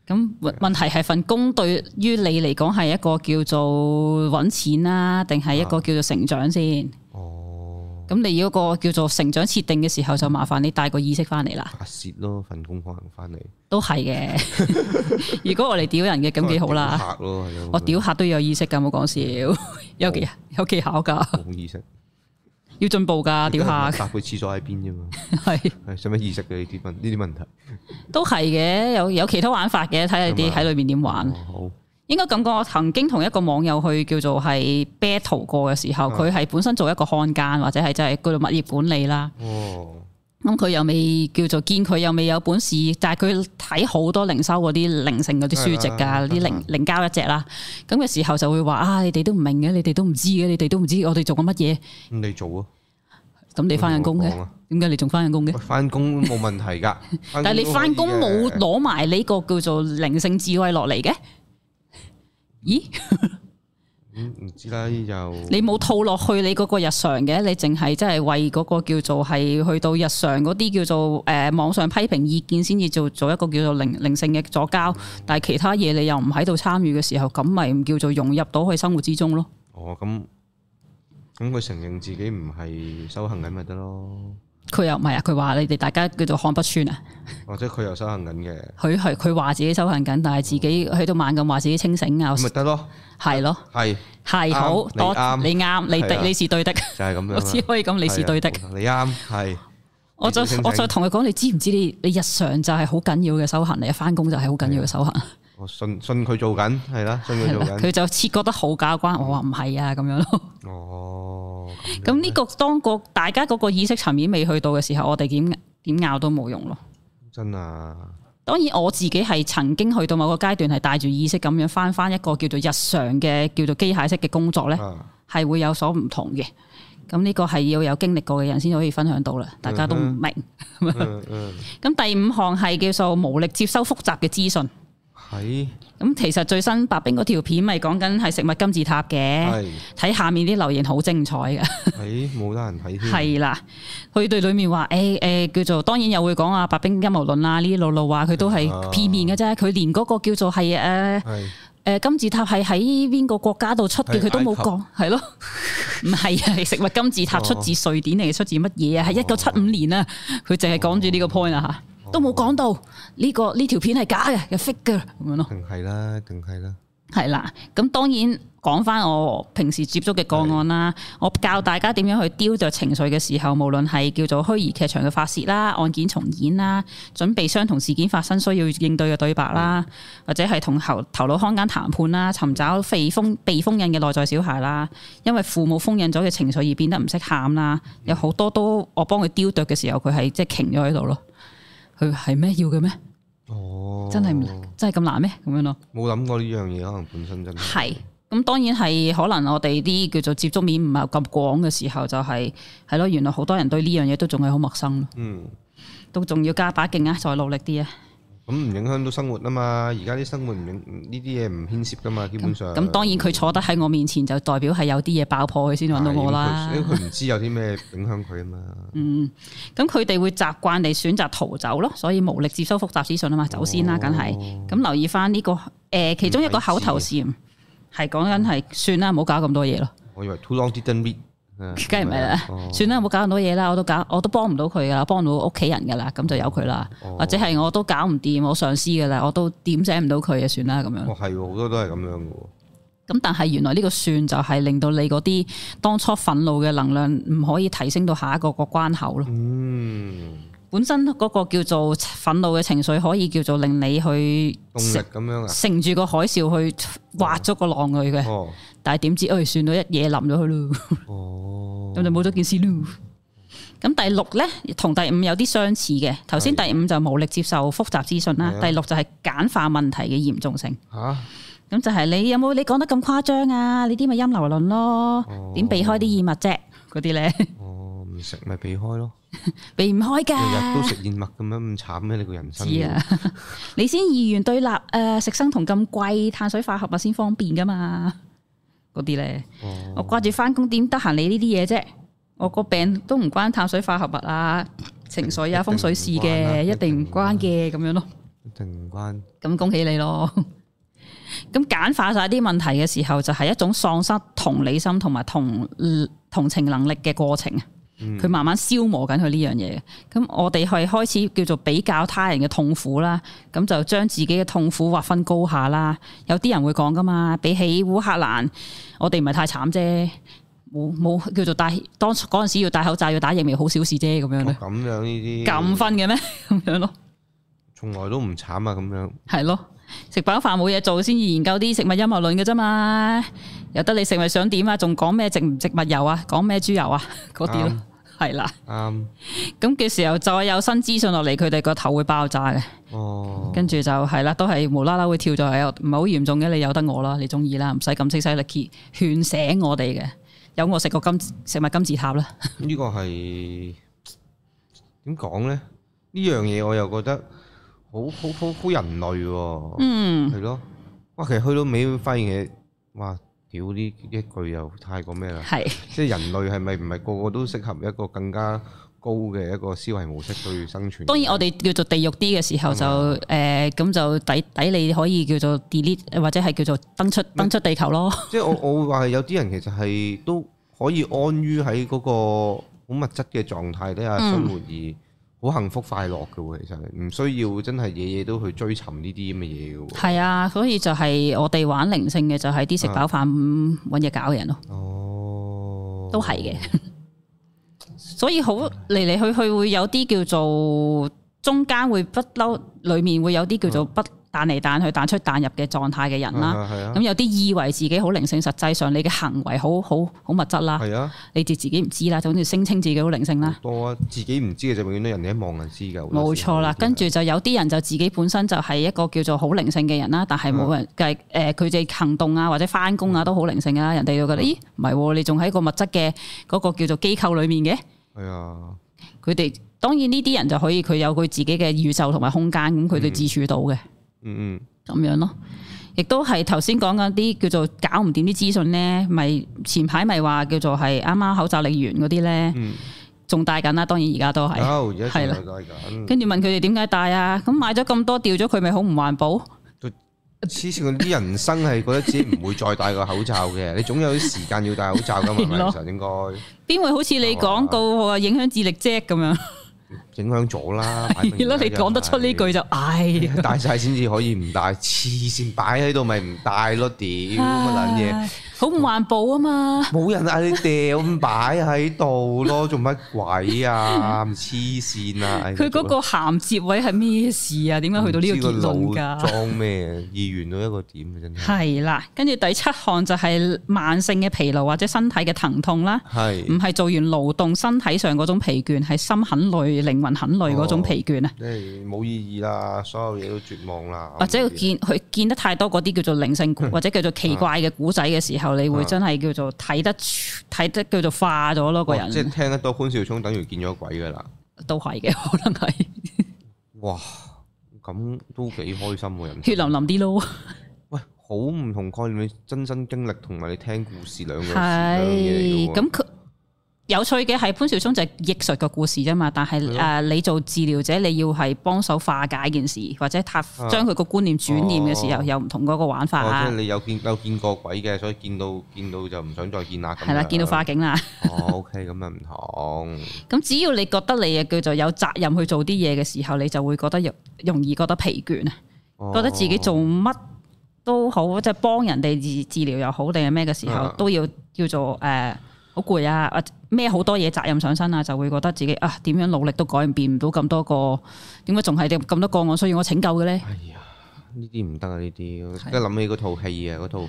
咁問問題係份工對於你嚟講係一個叫做揾錢啦，定係一個叫做成長先？啊哦咁你要個叫做成長設定嘅時候，就麻煩你帶個意識翻嚟啦。發泄咯，份工可能翻嚟都係嘅。 如果我嚟屌人嘅，咁幾好啦。可能屌客咯，係咯我屌客都要有意識㗎，冇講笑， 有技有技巧㗎，冇意識，要進步㗎。屌客搭佢廁所喺邊啫嘛， 係係使乜意識嘅呢啲問呢啲問題？都係嘅，有有其他玩法嘅，睇你啲係咪啊喺裏面點玩。哦應該咁講，我曾經同一個網友去叫做係 battle 過嘅時啊候，佢係本身做一個看更或者係真係叫做物業管理啦。好，哦，咁佢又未叫做見佢又未有本事，但係佢睇好多靈修嗰啲靈性嗰啲書籍係啊㗎，啲靈靈交一隻啦。咁嘅時候就會話啊，你哋都唔明嘅，你哋都唔知嘅，你哋都唔知我哋做緊乜嘢。咁你做啊？咁你翻緊工嘅我講啊，點解你仲翻緊工嘅喂，？翻工都冇問題㗎， 但係你翻工冇攞埋呢個叫做靈性智慧落嚟嘅？咦？嗯唔知啦，呢就你冇套落去你嗰個日常嘅，你淨係真係為嗰個叫做係去到日常嗰啲叫做誒、呃、網上批評意見先至做做一個叫做靈靈性嘅左交，但係其他嘢你又唔喺度參與嘅時候，咁咪唔叫做融入到去生活之中咯。哦咁咁佢承認自己唔係修行緊咪得咯，佢又唔係啊，佢話你哋大家叫做看不穿啊，或者哦佢又修行緊嘅，佢係佢話自己修行緊，但係自己喺度猛咁話自己清醒啊咁，咪得咯，係咯，係係啱好你多啱你啱，你係的啊你是對的，就係咁樣啦。啊 我只可以咁你是對的。係啊你啱係。我就你清醒我就同佢講，你知唔知你你日常就係好緊要嘅修行，你一翻工就係好緊要嘅修行。我信信佢做緊，係啦，信嗯佢係做啦佢緊。就切割得好交關，我話唔係啊咁樣咯。哦，咁呢個當個大家嗰個意識層面未去到嘅時候，我哋點點拗都冇用咯。真啊，當然我自己係曾經去到某個階段係帶住意識咁樣翻翻一個叫做日常嘅叫做機械式嘅工作咧，啊係會有所唔同嘅。咁呢個係要有經歷過嘅人先可以分享到啦，大家都唔明。啊嗯嗯，咁第五項係叫做無力接收複雜嘅資訊。 係咁其實最新白冰嗰條片咪講緊係食物金字塔嘅，係睇下面啲留言好精彩嘅，係冇得人睇添。 係啦，佢對裡面話誒誒叫做當然又會講啊白冰陰謀論啦，呢啲路路話佢都係啊片面嘅啫，佢連嗰個叫做係誒係誒金字塔係喺邊個國家度出嘅，係佢都冇埃及講，係咯， 唔係啊，係食物金字塔哦出自瑞典嚟，出自乜嘢啊？係一九七五年啊，佢淨係講住呢個 point 啊嚇，哦都冇講到呢個呢條片係假嘅，係 fake 嘅咁樣咯。定係啦，定係啦。係啦，咁當然講翻我平時接觸嘅個案啦，我教大家點樣去雕琢情緒嘅時候，無論係叫做虛擬劇場嘅發泄啦、案件重演啦、準備相同事件發生需要應對嘅對白啦，或者係同頭頭腦空間談判啦，尋找被封被封印嘅內在小孩啦，因為父母封印咗嘅情緒而變得唔識喊啦，有好多都我幫佢雕琢嘅時候，佢係即係停咗喺度咯。佢係咩要嘅咩？哦，真係唔真係咁難咩？咁樣咯。冇諗過呢樣嘢，可能本身真係係。咁當然係可能我哋啲叫做接觸面唔係咁廣嘅時候，就係係咯，原來好多人對呢樣嘢都仲係好陌生咯，嗯都仲要加把勁啊，再努力啲啊！咁唔影響到生活啊嘛。而家啲生活唔影呢啲嘢唔牽涉噶嘛，基本上。咁當然佢坐得喺我面前，就代表係有啲嘢爆破佢先揾到我啦啊係。因為佢因為佢唔知有啲咩影響佢啊嘛。嗯，咁佢哋會習慣地選擇逃走咯，所以無力接收複雜資訊啊嘛，走先啦，梗係。哦咁留意翻呢、個呃其中一個口頭禪係講緊係算啦，唔好搞咁多嘢咯，我以為 too long didn't 啊 read，梗 梗係唔係啦，哦算啦，唔好搞咁多嘢啦，我都搞，我都幫唔到佢噶啦，幫唔到屋企人噶啦，咁就由佢啦，哦或者係我都搞唔掂我上司噶啦，我都點醒唔到佢嘅，算啦咁樣。哦，係喎，好多都係咁樣嘅喎。咁但係原來呢個算就係令到你嗰啲當初憤怒嘅能量唔可以提升到下一個個關口咯。嗯，本身嗰個叫做憤怒嘅情緒，可以叫做令你去動力咁樣啊。乘住個海嘯去挖咗個浪去嘅，哦，但係點知，哎，算到一嘢冧咗佢咯，哦，咁就冇咗件事咯。咁第六呢，同第五有啲相似嘅。頭先第五就無力接受複雜資訊啦係，啊第六就係簡化問題嘅嚴重性。嚇，咁就係你有冇你講得咁誇張啊？你啲咪陰流論咯哦，點避開啲異物啫？嗰啲咧哦，唔食咪避開咯， 避唔開日日都㗎。食燕麥咁樣咁慘嘅你個人生。啊知啊， 你先二元對立，誒、食生酮咁貴，碳水化合物先方便㗎嘛。嗰啲咧，哦，我掛住翻工，點得閒理呢啲嘢啫？我個病都唔關碳水化合物啊、情緒啊、一定風水事嘅，一一定定唔唔關關啊嘅咁樣咯。一定唔關。咁恭喜你咯。 咁簡化晒啲問題嘅時候，就係一種喪失同理心同埋同同情能力嘅過程。啊嗯佢慢慢消磨緊佢呢樣嘢嘅。咁我哋係開始叫做比較他人嘅痛苦啦，咁就將自己嘅痛苦劃分高下啦。有啲人會講噶嘛，比起烏克蘭，我哋唔係太慘啫，冇冇叫做戴當嗰陣時要戴口罩要打疫苗好小事啫咁樣哦咧，咁樣呢啲咁分嘅咩 咁樣咯？從來都唔慘啊！咁樣係咯，食飽飯冇嘢做先研究啲食物陰謀論嘅啫嘛，由得你食物想點啊，仲講咩植唔植物油啊，講咩豬油啊 嗰啲咯啱，係啦。啱咁嘅時候再有新資訊落嚟，佢哋個頭會爆炸嘅，哦，跟住就係啦，都係無啦啦會跳咗喺度，唔係好嚴重嘅，你由得我啦，你中意啦，唔使咁清晰力勸勸醒我哋嘅，有我食過金食物金字塔啦，呢個係點講咧？呢樣嘢我又覺得好好好好人類喎，嗯，係咯。哇，其實去到尾會發現嘅，哇！屌呢一句又太過咩啦？係即係人類係咪唔係個個都適合一個更加高嘅一個思維模式去生存？當然我哋叫做地獄啲嘅時候就誒咁、嗯就抵抵你可以叫做 delete 或者係叫做登出登出地球咯，即係我我會話係有啲人其實係都可以安於喺嗰個好物質嘅狀態底下生活而好幸福快樂嘅喎，其實唔需要真係夜夜都去追尋呢啲咁嘅嘢嘅喎。係啊，所以就係我哋玩靈性嘅就係啲食飽飯嗯揾嘢搞嘅人咯。哦，都係嘅。 所以好嚟嚟去去會有啲叫做中間會不嬲，裡面會有啲叫做不彈嚟彈去、彈出彈入嘅狀態嘅人啦。嗯啊，係啊咁，有啲以為自己好靈性，實際上你嘅行為好好好物質啦，係啊，你哋自己唔知啦，就好似聲稱自己好靈性啦。多啊，自己唔知嘅就永遠都人哋一望人知㗎。好多冇時候錯啦，呢啲係跟住就有啲人就自己本身就係一個叫做好靈性嘅人啦，但係嗯冇人計誒佢哋行動啊或者翻工啊都好靈性啊，人哋就覺嗯得咦唔係喎，你仲喺個物質嘅嗰個叫做機構裡面嘅。係啊，佢哋當然呢啲人就可以佢有佢自己嘅宇宙同埋空間，咁佢哋自處到嘅嗯嗯，咁樣咯。亦都係頭先講嗰啲叫做搞唔掂啲資訊咧，咪前排咪話叫做係啱啱口罩令完嗰啲咧嗯，啊仲戴緊啦。當然而家都係。有而家係啦仲係緊，跟住問佢哋點解戴啊？咁買咗咁多掉咗佢，咪好唔環保？黐線嗰啲人生係覺得自己唔會再戴個口罩嘅，你總有啲時間要戴口罩㗎係嘛，咯其實應該。邊會好似你廣告話影響智力啫咁樣？影響咗 啦，擺明係咯，而家你講得出呢句就唉，就係戴晒先至可以唔戴，黐線擺喺度咪唔戴咯，屌乜撚嘢，唉好唔環保啊嘛！冇人嗌你掉咁擺喺度咯，做乜鬼 啊？黐線啊！唉佢嗰個銜接位係咩事啊？點解去到呢個唔知結論㗎？腦裝咩？意願到一個點啊！真係系啦，跟住第七項就係慢性嘅疲勞或者身體嘅疼痛啦，唔係係做完勞動身體上嗰種疲倦，係心很累、靈魂很累嗰種哦疲倦啊，即係冇意義啦，所有嘢都絕望啦，或者佢啊見佢見得太多嗰啲叫做靈嗯性故或者叫做奇怪嘅古仔嘅時候，你會真係叫做睇得睇得叫做化咗咯，個哦即係人聽得多潘少聰，等於見咗鬼㗎啦。都係嘅，可能係哇！咁都幾開心喎人血生。淋淋啲咯，喂，好唔同概念，你親身經歷同埋你聽故事兩個事兩樣係嘢嚟嘅喎咁佢有趣嘅係潘兆聰就係譯述個故事啫嘛，但係係誒、咯呃你做治療者，你要係幫手化解件事，或者塔啊將佢個觀念轉念嘅時候，哦有唔同嗰個玩法哦，啊即係，你有見有見過鬼嘅，所以見到見到就唔想再見啦。咁係啦，樣見到化境 啦。哦，OK，咁咪唔同。咁只要你覺得你啊叫做有責任去做啲嘢嘅時候，你就會覺得容容易覺得疲倦啊，哦 覺得自己做乜都好，即係幫人哋治治療又好定係咩嘅時候，啊都要叫做誒好攰啊，或者咩好多嘢責任上身啊，就會覺得自己啊點樣努力都改變唔到咁多個，點解仲係咁多個案需要我拯救嘅咧？哎呀，呢啲唔得啊！呢啲，係即係諗起嗰套戲啊，嗰套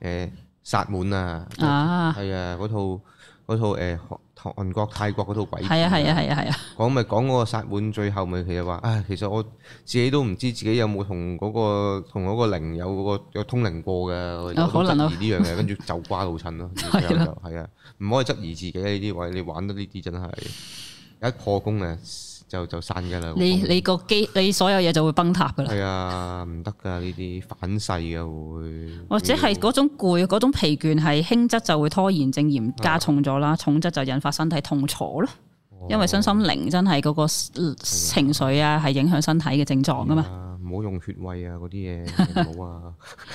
誒殺滿啊，啊，係啊，嗰套嗰套誒韓韓國泰國嗰套鬼片，係啊，係啊，係啊，係啊，講咪講嗰個殺滿最後咪其實話，唉，其實我自己都唔知自己有冇同嗰個同嗰個靈有個有通靈過嘅，我有可能啊質疑呢樣嘢，跟住就瓜老 襯咯，係啦最後就係啊，唔可以質疑自己呢啲位，你玩得呢啲真係一破功啊就就散㗎啦。你你個機你所有嘢就會崩塌噶啦。係啊，唔得㗎呢啲反噬啊會，或者係嗰種攰、嗰種疲倦係輕則就會拖延症嚴啊加重咗啦，重則就引發身體痛楚咯。哦因為身心靈真係嗰個呃情緒啊，係影響身體嘅症狀噶啊嘛。嘛，唔好用血位啊嗰啲嘢，唔好啊。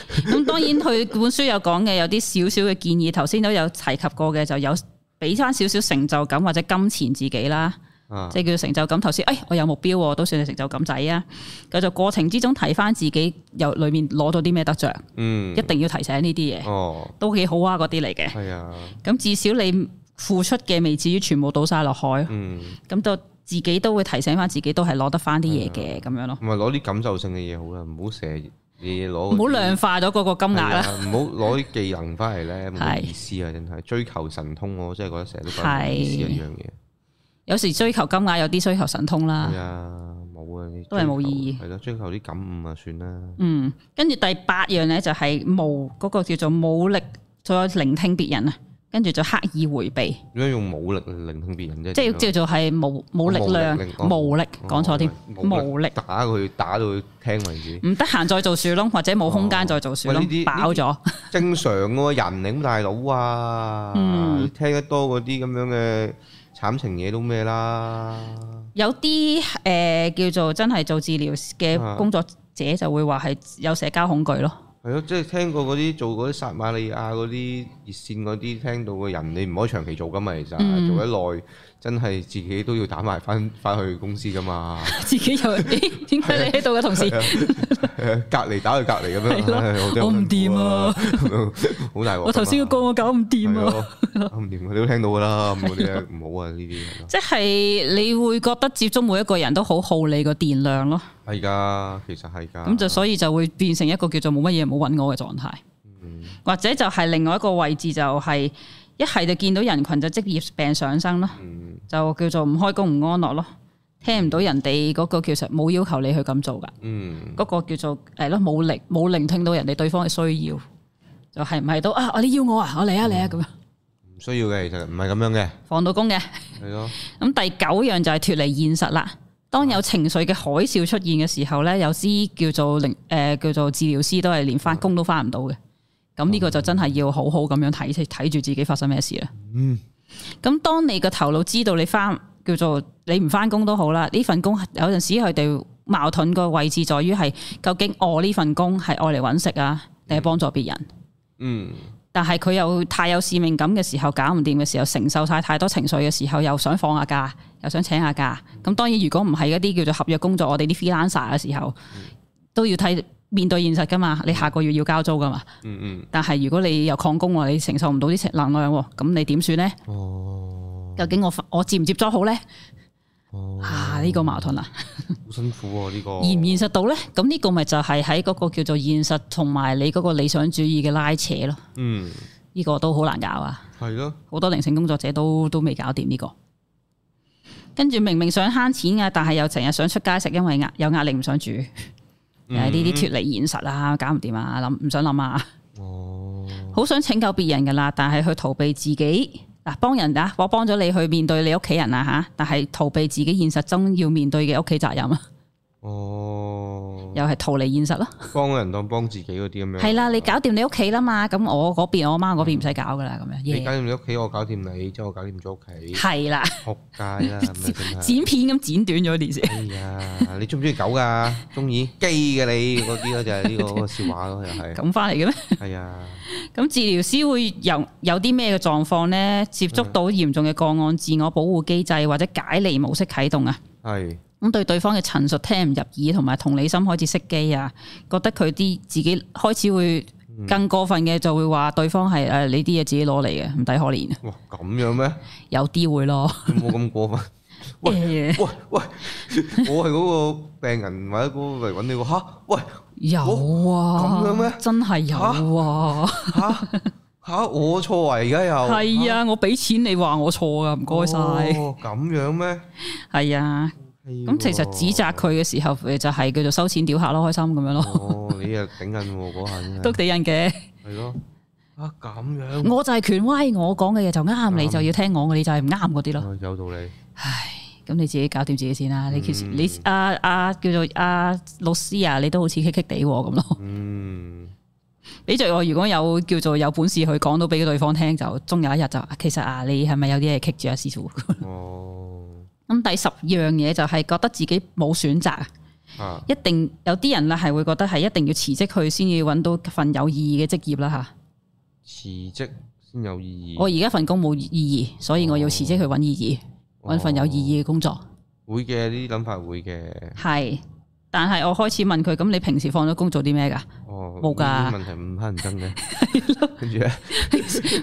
咁當然佢本書有講嘅有啲少少嘅建議，頭先都有提及過嘅，就有俾翻少少成就感或者金錢自己啦。啊即係叫成就感。頭先，哎，我有目標喎，都算係成就感仔啊。佢就過程之中睇翻自己由裏面攞到啲咩得着，嗯一，定要提醒呢啲嘢，哦，都幾好啊嗰啲嚟嘅。係啊，咁至少你付出嘅未至於全部倒晒落海，嗯。咁就自己都會提醒翻自己，都係攞得翻啲嘢嘅咁樣咯，唔係攞啲感受性嘅嘢好啦，唔好成日嘢攞嗰唔啲。好量化咗嗰個金額係啦。啊，唔好攞啲技能翻嚟 咧，冇係乜意思啊！真係追求神通，我真係覺得成日都覺得冇意思係一樣嘢。有時追求金額，有啲追求神通啦係。啊，冇啊，你都係追冇求意義係咯，追求啲感悟啊，算啦。嗯，跟住第八樣咧就係無嗰個叫做冇力再聆聽別人啊，跟住就刻意迴避，點解用武力嚟聆聽別人啫？即係叫做係冇冇力量無啊力、哦無力，講錯添，哦無力。打佢，打到佢聽為止。唔得閒再做樹窿，或者冇空間再做樹哦喂呢啲窿，飽咗。正常嘅喎，人嚟咁大佬啊，嗯聽得多嗰啲咁樣嘅慘情嘢都咩啦？有啲誒、呃叫做真係做治療啊嘅工作者就會話係有社交恐懼咯， 係咯，即係聽過嗰啲做嗰啲撒瑪利亞嗰啲熱線嗰啲，聽到嘅人你唔可以長期做噶嘛，其實、嗯做得耐真係自己都要打埋翻翻去公司噶嘛， 自己又咦點解你喺度嘅同事？啊隔離打去隔離咁係樣，咯唉真係我唔掂好啊辛苦啊， 好大鑊㗎嘛。我頭先個個我搞唔掂係啊！咯，我唔掂啊，你都聽到噶啦，咁嗰啲咧唔好啊呢啲係咯。即係你會覺得接觸每一個人都好耗你個電量咯，係㗎，其實係㗎。咁就所以就會變成一個叫做冇乜嘢冇揾我嘅狀態，嗯或者就係另外一個位置就係一係就見到人群就職業病上身咯，嗯就叫做唔開工唔安樂咯，聽唔到人哋嗰個叫實冇要求你去咁做㗎。嗯。嗰個叫做誒咯，冇聆冇聆聽到人哋對方嘅需要，就係唔係到啊？你要我啊，我嚟啊嚟啊咁樣唔需要嘅，其實唔係咁樣嘅，放到工嘅。係咯，咁第九樣就係脱離現實啦。當有情緒嘅海嘯出現嘅時候咧，有啲叫做靈誒、呃叫做治療師都係連翻工都翻唔到嘅。咁呢個就真係要好好咁樣睇睇住自己發生咩事啦。嗯，咁當你個頭腦知道你翻叫做你唔翻工都好啦，呢份工有陣時佢哋矛盾個位置在於係究竟我呢份工係愛嚟揾食啊，定係幫助別人？嗯，但係佢又太有使命感嘅時候，搞唔掂嘅時候，承受晒太多情緒嘅時候，又想放下假，又想請下假。咁當然，如果唔係一啲叫做合約工作，我哋啲 freelancer 嘅時候，都要睇面對現實噶嘛。你下個月要交租噶嘛。嗯嗯，但係如果你又曠工喎，你承受唔到啲能量喎，咁你點算呢？哦，究竟我我接唔接咗好呢？哦，啊，呢、個矛盾啦，好辛苦喎呢個，現唔現實到呢？咁呢個咪就係喺嗰個叫做現實同埋你嗰個理想主義嘅拉扯咯。嗯，呢、個都好難搞啊！係咯，好多靈性工作者都都未搞掂呢、個。跟住明明想慳錢嘅，但係又成日想出街食，因為壓有壓力唔想煮，誒嗯呢啲脱離現實啊，搞唔掂啊，諗唔想諗啊，哦，好想拯救別人噶啦，但係去逃避自己嗱，幫人啊，我幫咗你去面對你屋企人啊吓，但係逃避自己現實中要面對嘅屋企責任啊，哦，又係逃離現實咯。幫人當幫自己嗰啲咁樣。係啦，你搞掂你屋企啦嘛，咁我嗰邊我媽嗰邊唔使搞噶啦，咁樣你搞耶。掂你屋企，我搞掂你，即係我搞掂咗屋企， 係啦，仆街啦，咁啊真係。剪片咁剪短咗件事。哎呀，你中唔中意狗噶？中意，基嘅你嗰啲咯，就係呢個嗰個笑話咯，又係。咁翻嚟嘅咩？係啊，咁治療師會有有啲咩嘅狀況呢？接觸嗯到嚴重嘅個案，自我保護機制或者解離模式啟動啊！係咁對對方嘅陳述聽唔入耳，同埋同理心開始熄機啊，覺得佢啲自己開始會更過分嘅，就會話對方係誒、呃你啲嘢自己攞嚟嘅，唔抵可憐。啊哇咁樣咩？ 有啲會咯，有冇咁過分？喂誒喂喂，我係嗰個病人或者嗰個嚟揾你喎吓？喂 有啊，哦咁嘅咩真係有啊，吓吓，我錯啊！而家又係啊，我俾錢你話我錯啊，唔該晒。哦咁樣咩？係啊，咁其實指責佢嘅時候，誒就係叫做收錢屌客咯，開心咁樣咯。 哦，你又頂緊喎嗰下真都係，幾人嘅，係咯啊咁樣，我就係權威，我講嘅嘢就啱，嗯你就要聽我嘅，你就係唔啱嗰啲咯。哦有道理，唉，咁你自己搞掂自己先啦。你其實嗯你啊啊叫做啊老師啊，你都好似棘棘地喎咁咯。 嗯你就我如果有叫做有本事去講到俾對方聽，就終有一日就啊其實啊你係咪有啲嘢棘住啊師傅？ 哦咁第十樣嘢就係覺得自己冇選擇，啊一定有啲人啦係會覺得係一定要辭職去先要揾到份有意義嘅職業啦嚇。辭職先有意義，我而家份工冇意義，所以我要辭職去揾意義。哦揾份有意義嘅工作。會嘅呢啲諗法會嘅，係，但係我開始問佢，咁你平時放咗工做啲咩 㗎？哦冇㗎呢啲問題唔乞人憎 嘅，跟住咧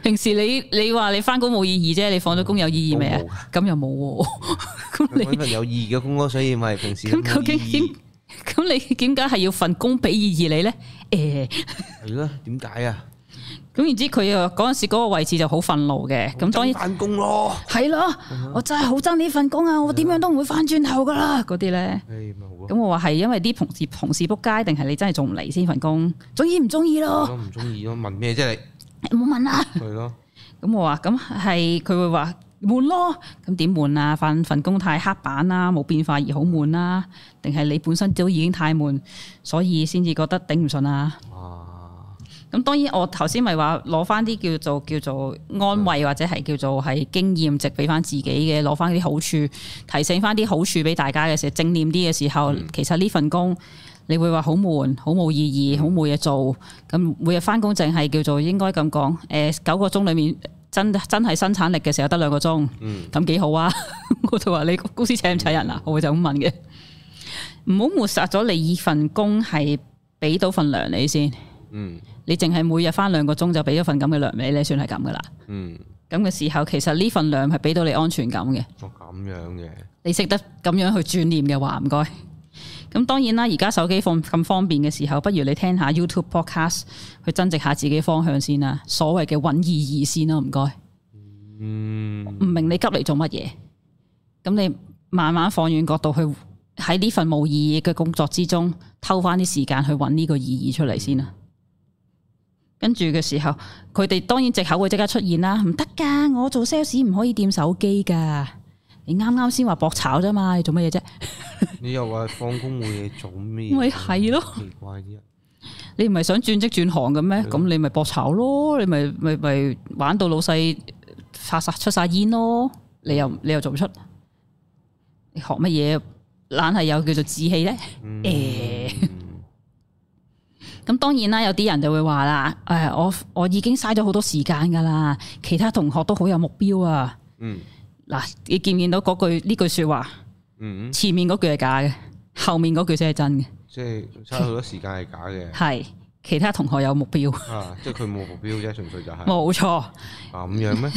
平時你你話你翻工冇意義啫，你放咗工有意義未啊都冇？咁又冇喎。 咁你揾份有意義嘅工咯，所以咪平時咁究竟點？咁你點解係要份工俾意義你咧？嗯誒、係咯？點解啊？咁然之佢又嗰陣時嗰個位置就好憤怒嘅。咁當然翻工咯，係咯，嗯我真係好憎呢份工啊！我點樣都唔會翻轉頭㗎啦，嗰啲咧。誒咪好咯咁，我話係因為啲同事同事仆街，定係你真係做唔嚟先份工？中意唔中意咯？我唔中意咯，問咩啫你？唔好問啦。係咯，咁我話咁係佢會話悶咯，咁點悶啊？份份工太黑板啦，冇變化而好悶啦，定係你本身都已經太悶，所以先至覺得頂唔順啊？哇，咁當然我頭先咪話攞翻啲叫做叫做安慰或者係叫做係經驗值俾翻自己嘅，攞翻啲好處，提醒翻啲好處俾大家嘅時候，正念啲嘅時候，其實呢份工。你會話好悶、好冇意義、好冇嘢做，咁每日翻工淨係叫做應該咁講，誒、九個鐘裡面真真係生產力嘅時候得兩個鐘，嗯咁幾好啊！ 我就話你公司請唔請人啊？我會就咁問嘅，唔好抹殺咗你份工係俾到份糧你先，嗯你淨係每日翻兩個鐘就俾咗份咁嘅糧你，你算係咁噶啦。嗯，咁嘅時候，其實呢份糧係俾到你安全感嘅。哦咁樣嘅，你識得咁樣去轉念嘅話，唔該。咁當然啦，而家手機放咁方便嘅時候，不如你聽下 YouTube podcast 去增值下自己方向先啦。所謂嘅揾意義先啦，唔該。嗯唔明你急嚟做乜嘢？咁你慢慢放遠角度去喺呢份冇意義嘅工作之中，偷翻啲時間去揾呢個意義出嚟先啦。啊跟住嘅時候，佢哋當然藉口會即刻出現啦。唔得噶，我做 sales 唔可以掂手機噶。你啱啱先話搏炒啫嘛，你做乜嘢啫？你又話放工冇嘢做咩？ 咪係咯，奇怪啲人，啊你唔係想轉職轉行嘅咩？咁你咪搏炒咯，你咪咪咪玩到老細發晒出晒煙咯，你又你又做唔出，你學乜嘢？懶係有叫做志氣咧。誒嗯咁當然啦，有啲人就會話啦，誒、我我已經嘥咗好多時間㗎啦，其他同學都好有目標啊。嗯嗱，你見唔見到嗰句呢句説話？嗯，前面嗰句係假嘅，後面嗰句先係真嘅。即係差好多時間係假 嘅，係其他同學有目標，啊，即係佢冇目標啫，純粹就係冇錯，咁樣 咩？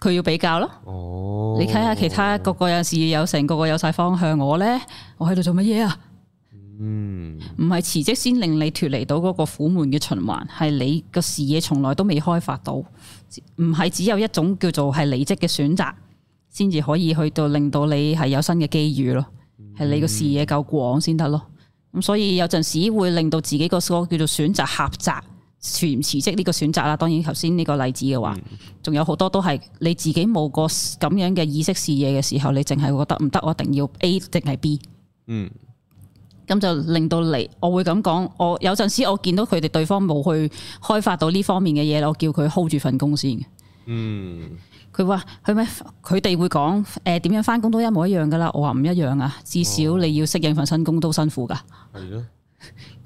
佢要比較咯。哦，你睇下其他個個有時有成個個有晒方向，我呢，我喺度做乜嘢啊？嗯唔係辭職先令你脱離到嗰個苦悶嘅循環，係你個視野從來都未開發到，唔係只有一種叫做係離職嘅選擇，先至可以去到令到你係有新嘅機遇咯，係你個視野夠廣先得咯。咁所以有陣時會令到自己個嗰個叫做選擇狹窄，辭唔辭職呢個選擇啦。當然頭先呢個例子嘅話，仲有好多都係你自己冇個咁樣嘅意識視野嘅時候，你淨係會覺得唔得，我一定要 A 定係 B。嗯咁就令到你，我會咁講，我有陣時我見到佢哋對方冇去開發到呢方面嘅嘢，我叫佢 hold 住份工先嘅。嗯，佢話佢咪佢哋會講誒點樣翻工都一模一樣噶啦，我話唔一樣啊，至少你要適應份新工都辛苦噶。係咯，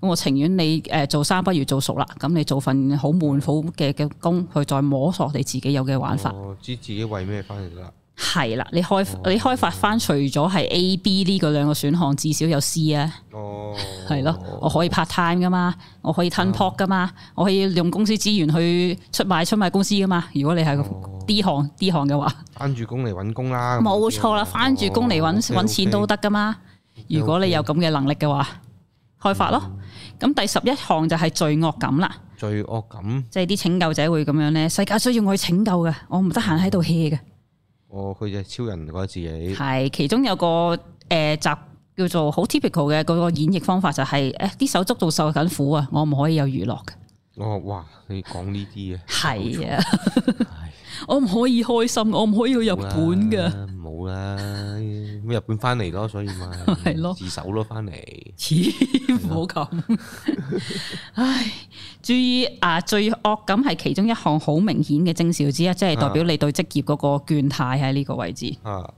咁我情願你誒做生不如做熟啦，咁你做份好悶好嘅嘅工，去再摸索你自己有嘅玩法。我哦知自己為咩翻嚟啦。係啦，你開你開發翻除咗係 A、B 呢個兩個選項，至少有 C 啊，哦，係咯，我可以 part time 噶嘛，我可以吞 p o t 噶嘛，我可以用公司資源去出賣出賣公司噶嘛。如果你係哦 D 項 D 項嘅話，翻住工嚟揾工啦。咁冇錯樣哦啦，翻住工嚟揾揾錢都。得噶嘛。 OK，OK 如果你有咁嘅能力嘅話，開發咯。咁第十一項就係罪惡感啦。哦罪惡感，即係啲拯救者會咁樣咧，世界需要我去拯救嘅，我唔得閒喺度 hea 嘅。哦，佢就係超人覺得自己係其中有個誒集、叫做好 typical 嘅嗰個演繹方法就係誒啲手足仲受緊苦啊，我唔可以有娛樂嘅。哦，哇！你講呢啲嘅，係啊，唉我唔可以開心，我唔可以去日本冇嘅。啦冇啦，咁日本翻嚟咯，所以咪 係咯自首咯，翻嚟咦，唔好咁。唉，注意啊，罪惡感係其中一項好明顯嘅徵兆之一，即係代表你對職業嗰個倦態喺呢個位置。啊，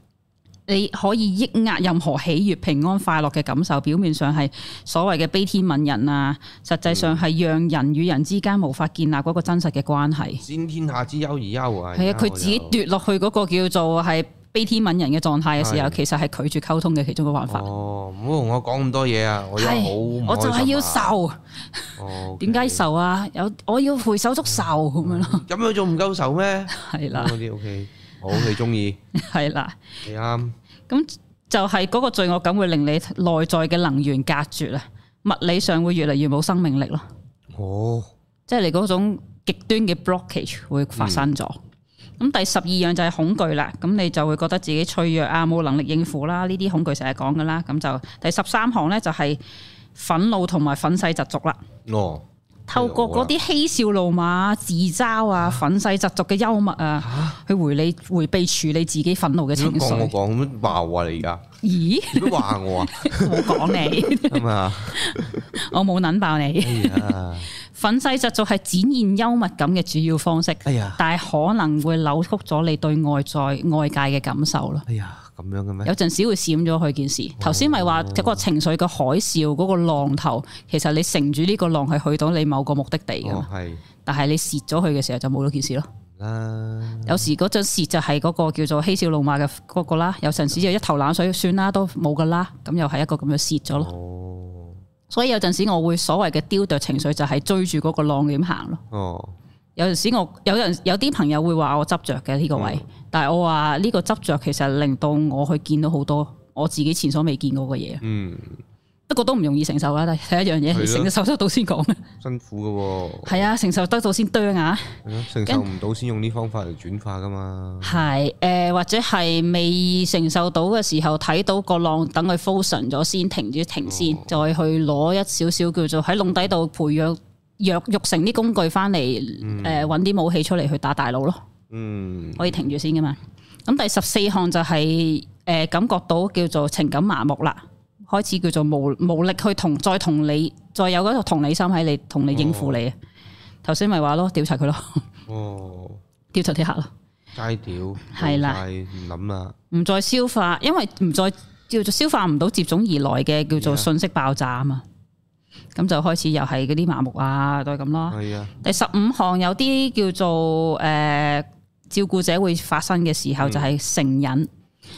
你可以抑壓任何喜悅、平安、快樂嘅感受，表面上係所謂嘅悲天憫人啊，實際嗯上係讓人與人之間無法建立嗰個真實嘅關係。先天下之憂而憂啊！係而啊，家佢我自己就奪落去嗰個叫做係悲天憫人嘅狀態嘅時候，係其實係拒絕溝通嘅其中一個辦法。哦，唔好同我講咁多嘢啊！我而家係好唔啊我就係係要受，啊受點解？受啊？有我要回手足受咁樣咯，咁樣仲唔夠 受咩？係啦咁，嗰啲 OK，好你中意，係啦。你啱。咁就係嗰個罪惡感會令你內在嘅能源隔絕啊，物理上會越嚟越冇生命力咯。哦，即係你嗰種極端嘅 blockage 會發生咗。咁、第十二樣就係恐懼啦，咁你就會覺得自己脆弱啊，冇能力應付啦，呢啲恐懼成日講噶啦。咁就第十三項呢，就係憤怒同埋憤世嫉俗啦。哦，透過嗰啲嬉笑怒罵、自嘲啊、憤世嫉俗嘅幽默啊，去回你回避處理自己憤怒嘅點樣情講我緒。講咁話我啊你而家，咦？點樣話我 啊？我講 你，係咪啊？我冇撚爆你。哎呀，憤世嫉俗係展現幽默感嘅主要方式。哎呀，但係可能會扭曲咗你對外在外界嘅感受咯。哎呀，咁樣嘅咩？有陣時會閃咗佢件哦事。頭先咪話嗰個情緒嘅海嘯嗰個浪頭，其實你乘住呢個浪係去到你某個目的地噶哦嘛，，係但係你蝕咗佢嘅時候就冇咗件事咯。啦，有時嗰陣蝕就係嗰個叫做嬉笑怒罵嘅嗰個啦，有陣時就一頭冷水算啦，都冇噶啦，咁又係一個咁樣蝕咗咯。哦，所以有陣時我會所謂嘅雕琢情緒就係追住嗰個浪點行咯。哦，有陣時我有人有啲朋友會話我執着嘅呢個位，嗯但係我話呢個執着其實令到我去見到好多我自己前所未見過嘅嘢，嗯，不過都唔容易承受啦。但係第一樣係咯嘢，哦你承受得到先講。辛苦嘅喎，係啊，承受得到先啄啊。係咯，承受唔到先用呢方法嚟轉化噶嘛，係誒、呃或者係未承受到嘅時候，睇到個浪，等佢 fusion 咗先，停住停先，再去攞一少少叫做喺籠底度培養弱育成啲工具翻嚟，誒揾啲武器出嚟去打大佬咯。嗯，可以停住先噶嘛。咁第十四項就係、诶感覺到叫做情感麻木啦，開始叫做無無力去同再同你再有嗰個同理心喺你同你應付你。啊頭先咪話咯，調查佢咯， 哦，調查啲客咯，齋屌，係啦冇曬唔諗啦，唔再消化，因為唔再叫做消化唔到接踵而來嘅叫做 Yeah 信息爆炸啊嘛。咁就開始又係嗰啲麻木啊，都係咁咯。係啊，第十五項有啲叫做誒、呃照顧者會發生嘅時候，就係成癮。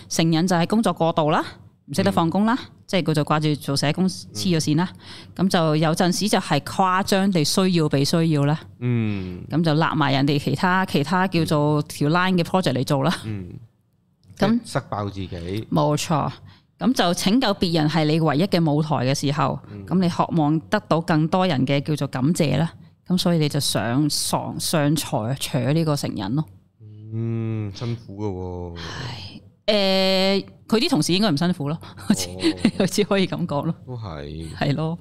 成癮就係工作過度啦，唔識得放工啦，即係佢就掛住做社工黐咗線啦。咁、就有陣時就係誇張地需要被需要啦，嗯咁就揦埋人哋其他其他叫做條 line 嘅 project 嚟做啦。嗯，咁即係塞爆自己，冇錯，咁就拯救別人係你唯一嘅舞台嘅時候，咁、你渴望得到更多人嘅叫做感謝啦，咁所以你就上上上台扯呢個成癮咯。嗯，辛苦嘅誒、佢啲同事應該唔辛苦咯， 喎，佢只可以咁講咯，哦都係，係咯。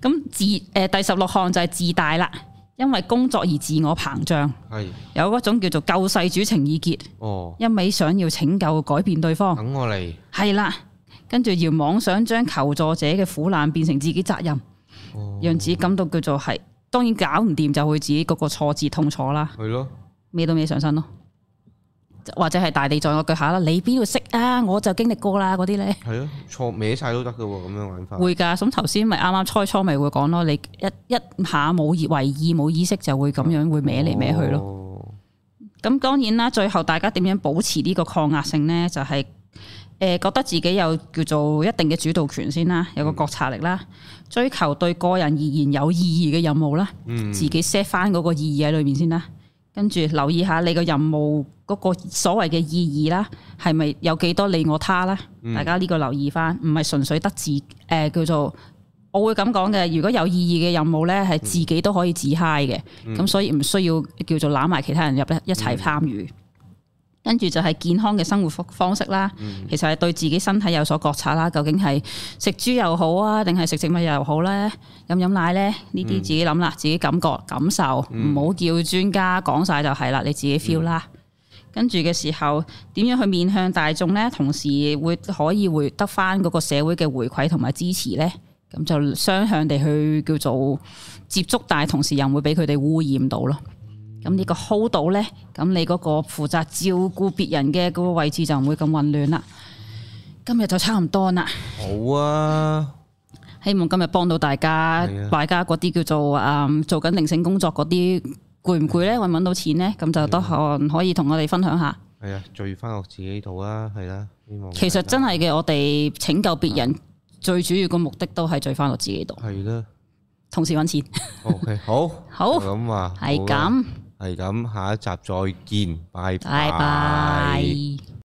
咁自誒、第十六項就係自大啦，因為工作而自我膨脹，係，有嗰種叫做救世主情意結，哦，一味想要拯救改變對方。等我嚟，係啦，跟住遙妄想將求助者嘅苦難變成自己責任，哦讓自己感到叫做係。當然搞唔掂就會自己嗰個挫折痛楚啦，係咯，孭都孭上身咯，或者係大地在我腳下啦，你邊度識啊？我就經歷過啦，嗰啲咧。係咯，錯歪晒都得嘅喎，咁樣玩法。會㗎，咁頭先咪啱啱初初咪會講咯，你一一下冇意為意冇意識就會咁樣會歪嚟歪去咯。咯。咁當然啦，最後大家點樣保持呢個抗壓性呢？就係、誒、呃覺得自己有叫做一定嘅主導權先啦，嗯有個覺察力啦，追求對個人而言有意義嘅任務啦，嗯，自己 set 翻嗰個意義喺裏面先啦。跟住留意下你個任務嗰個所謂嘅意義啦，係咪有幾多你我他啦？嗯大家呢個留意翻，唔係純粹得自誒、呃叫做，我會咁講嘅。如果有意義嘅任務咧，係自己都可以自嗨嘅，咁、所以唔需要叫做攬埋其他人入一一齊參與。跟住就係健康嘅生活方方式啦，其實係對自己身體有所覺察啦。究竟係食豬又好啊，定係食植物又好咧？飲飲奶咧？呢啲自己諗啦，自己感覺感受，唔好叫專家講晒就係啦，你自己 feel 啦。跟住嘅時候，點樣去面向大眾呢？同時會可以回得翻嗰個社會嘅回饋同埋支持呢？咁就雙向地去叫做接觸，但係同時又唔會俾佢哋污染到咯。咁呢個 hold 到呢，咁你嗰個負責照顧別人嘅嗰個位置就唔會咁混亂啦。今日就差唔多啦，好啊，希望今日幫到大家係啊，大家嗰啲叫做嗯做緊靈性工作嗰啲攰唔攰呢？揾唔揾到錢呢？咁就得閒可以同我哋分享下。啊係啊，聚翻落自己度啊，係啦，希望其實真係嘅，我哋拯救別啊人最主要個目的都係聚翻落自己度，係啦。同時揾錢， OK，好，好就咁啊，係好啦，咁，係咁，下一集再見，拜拜拜。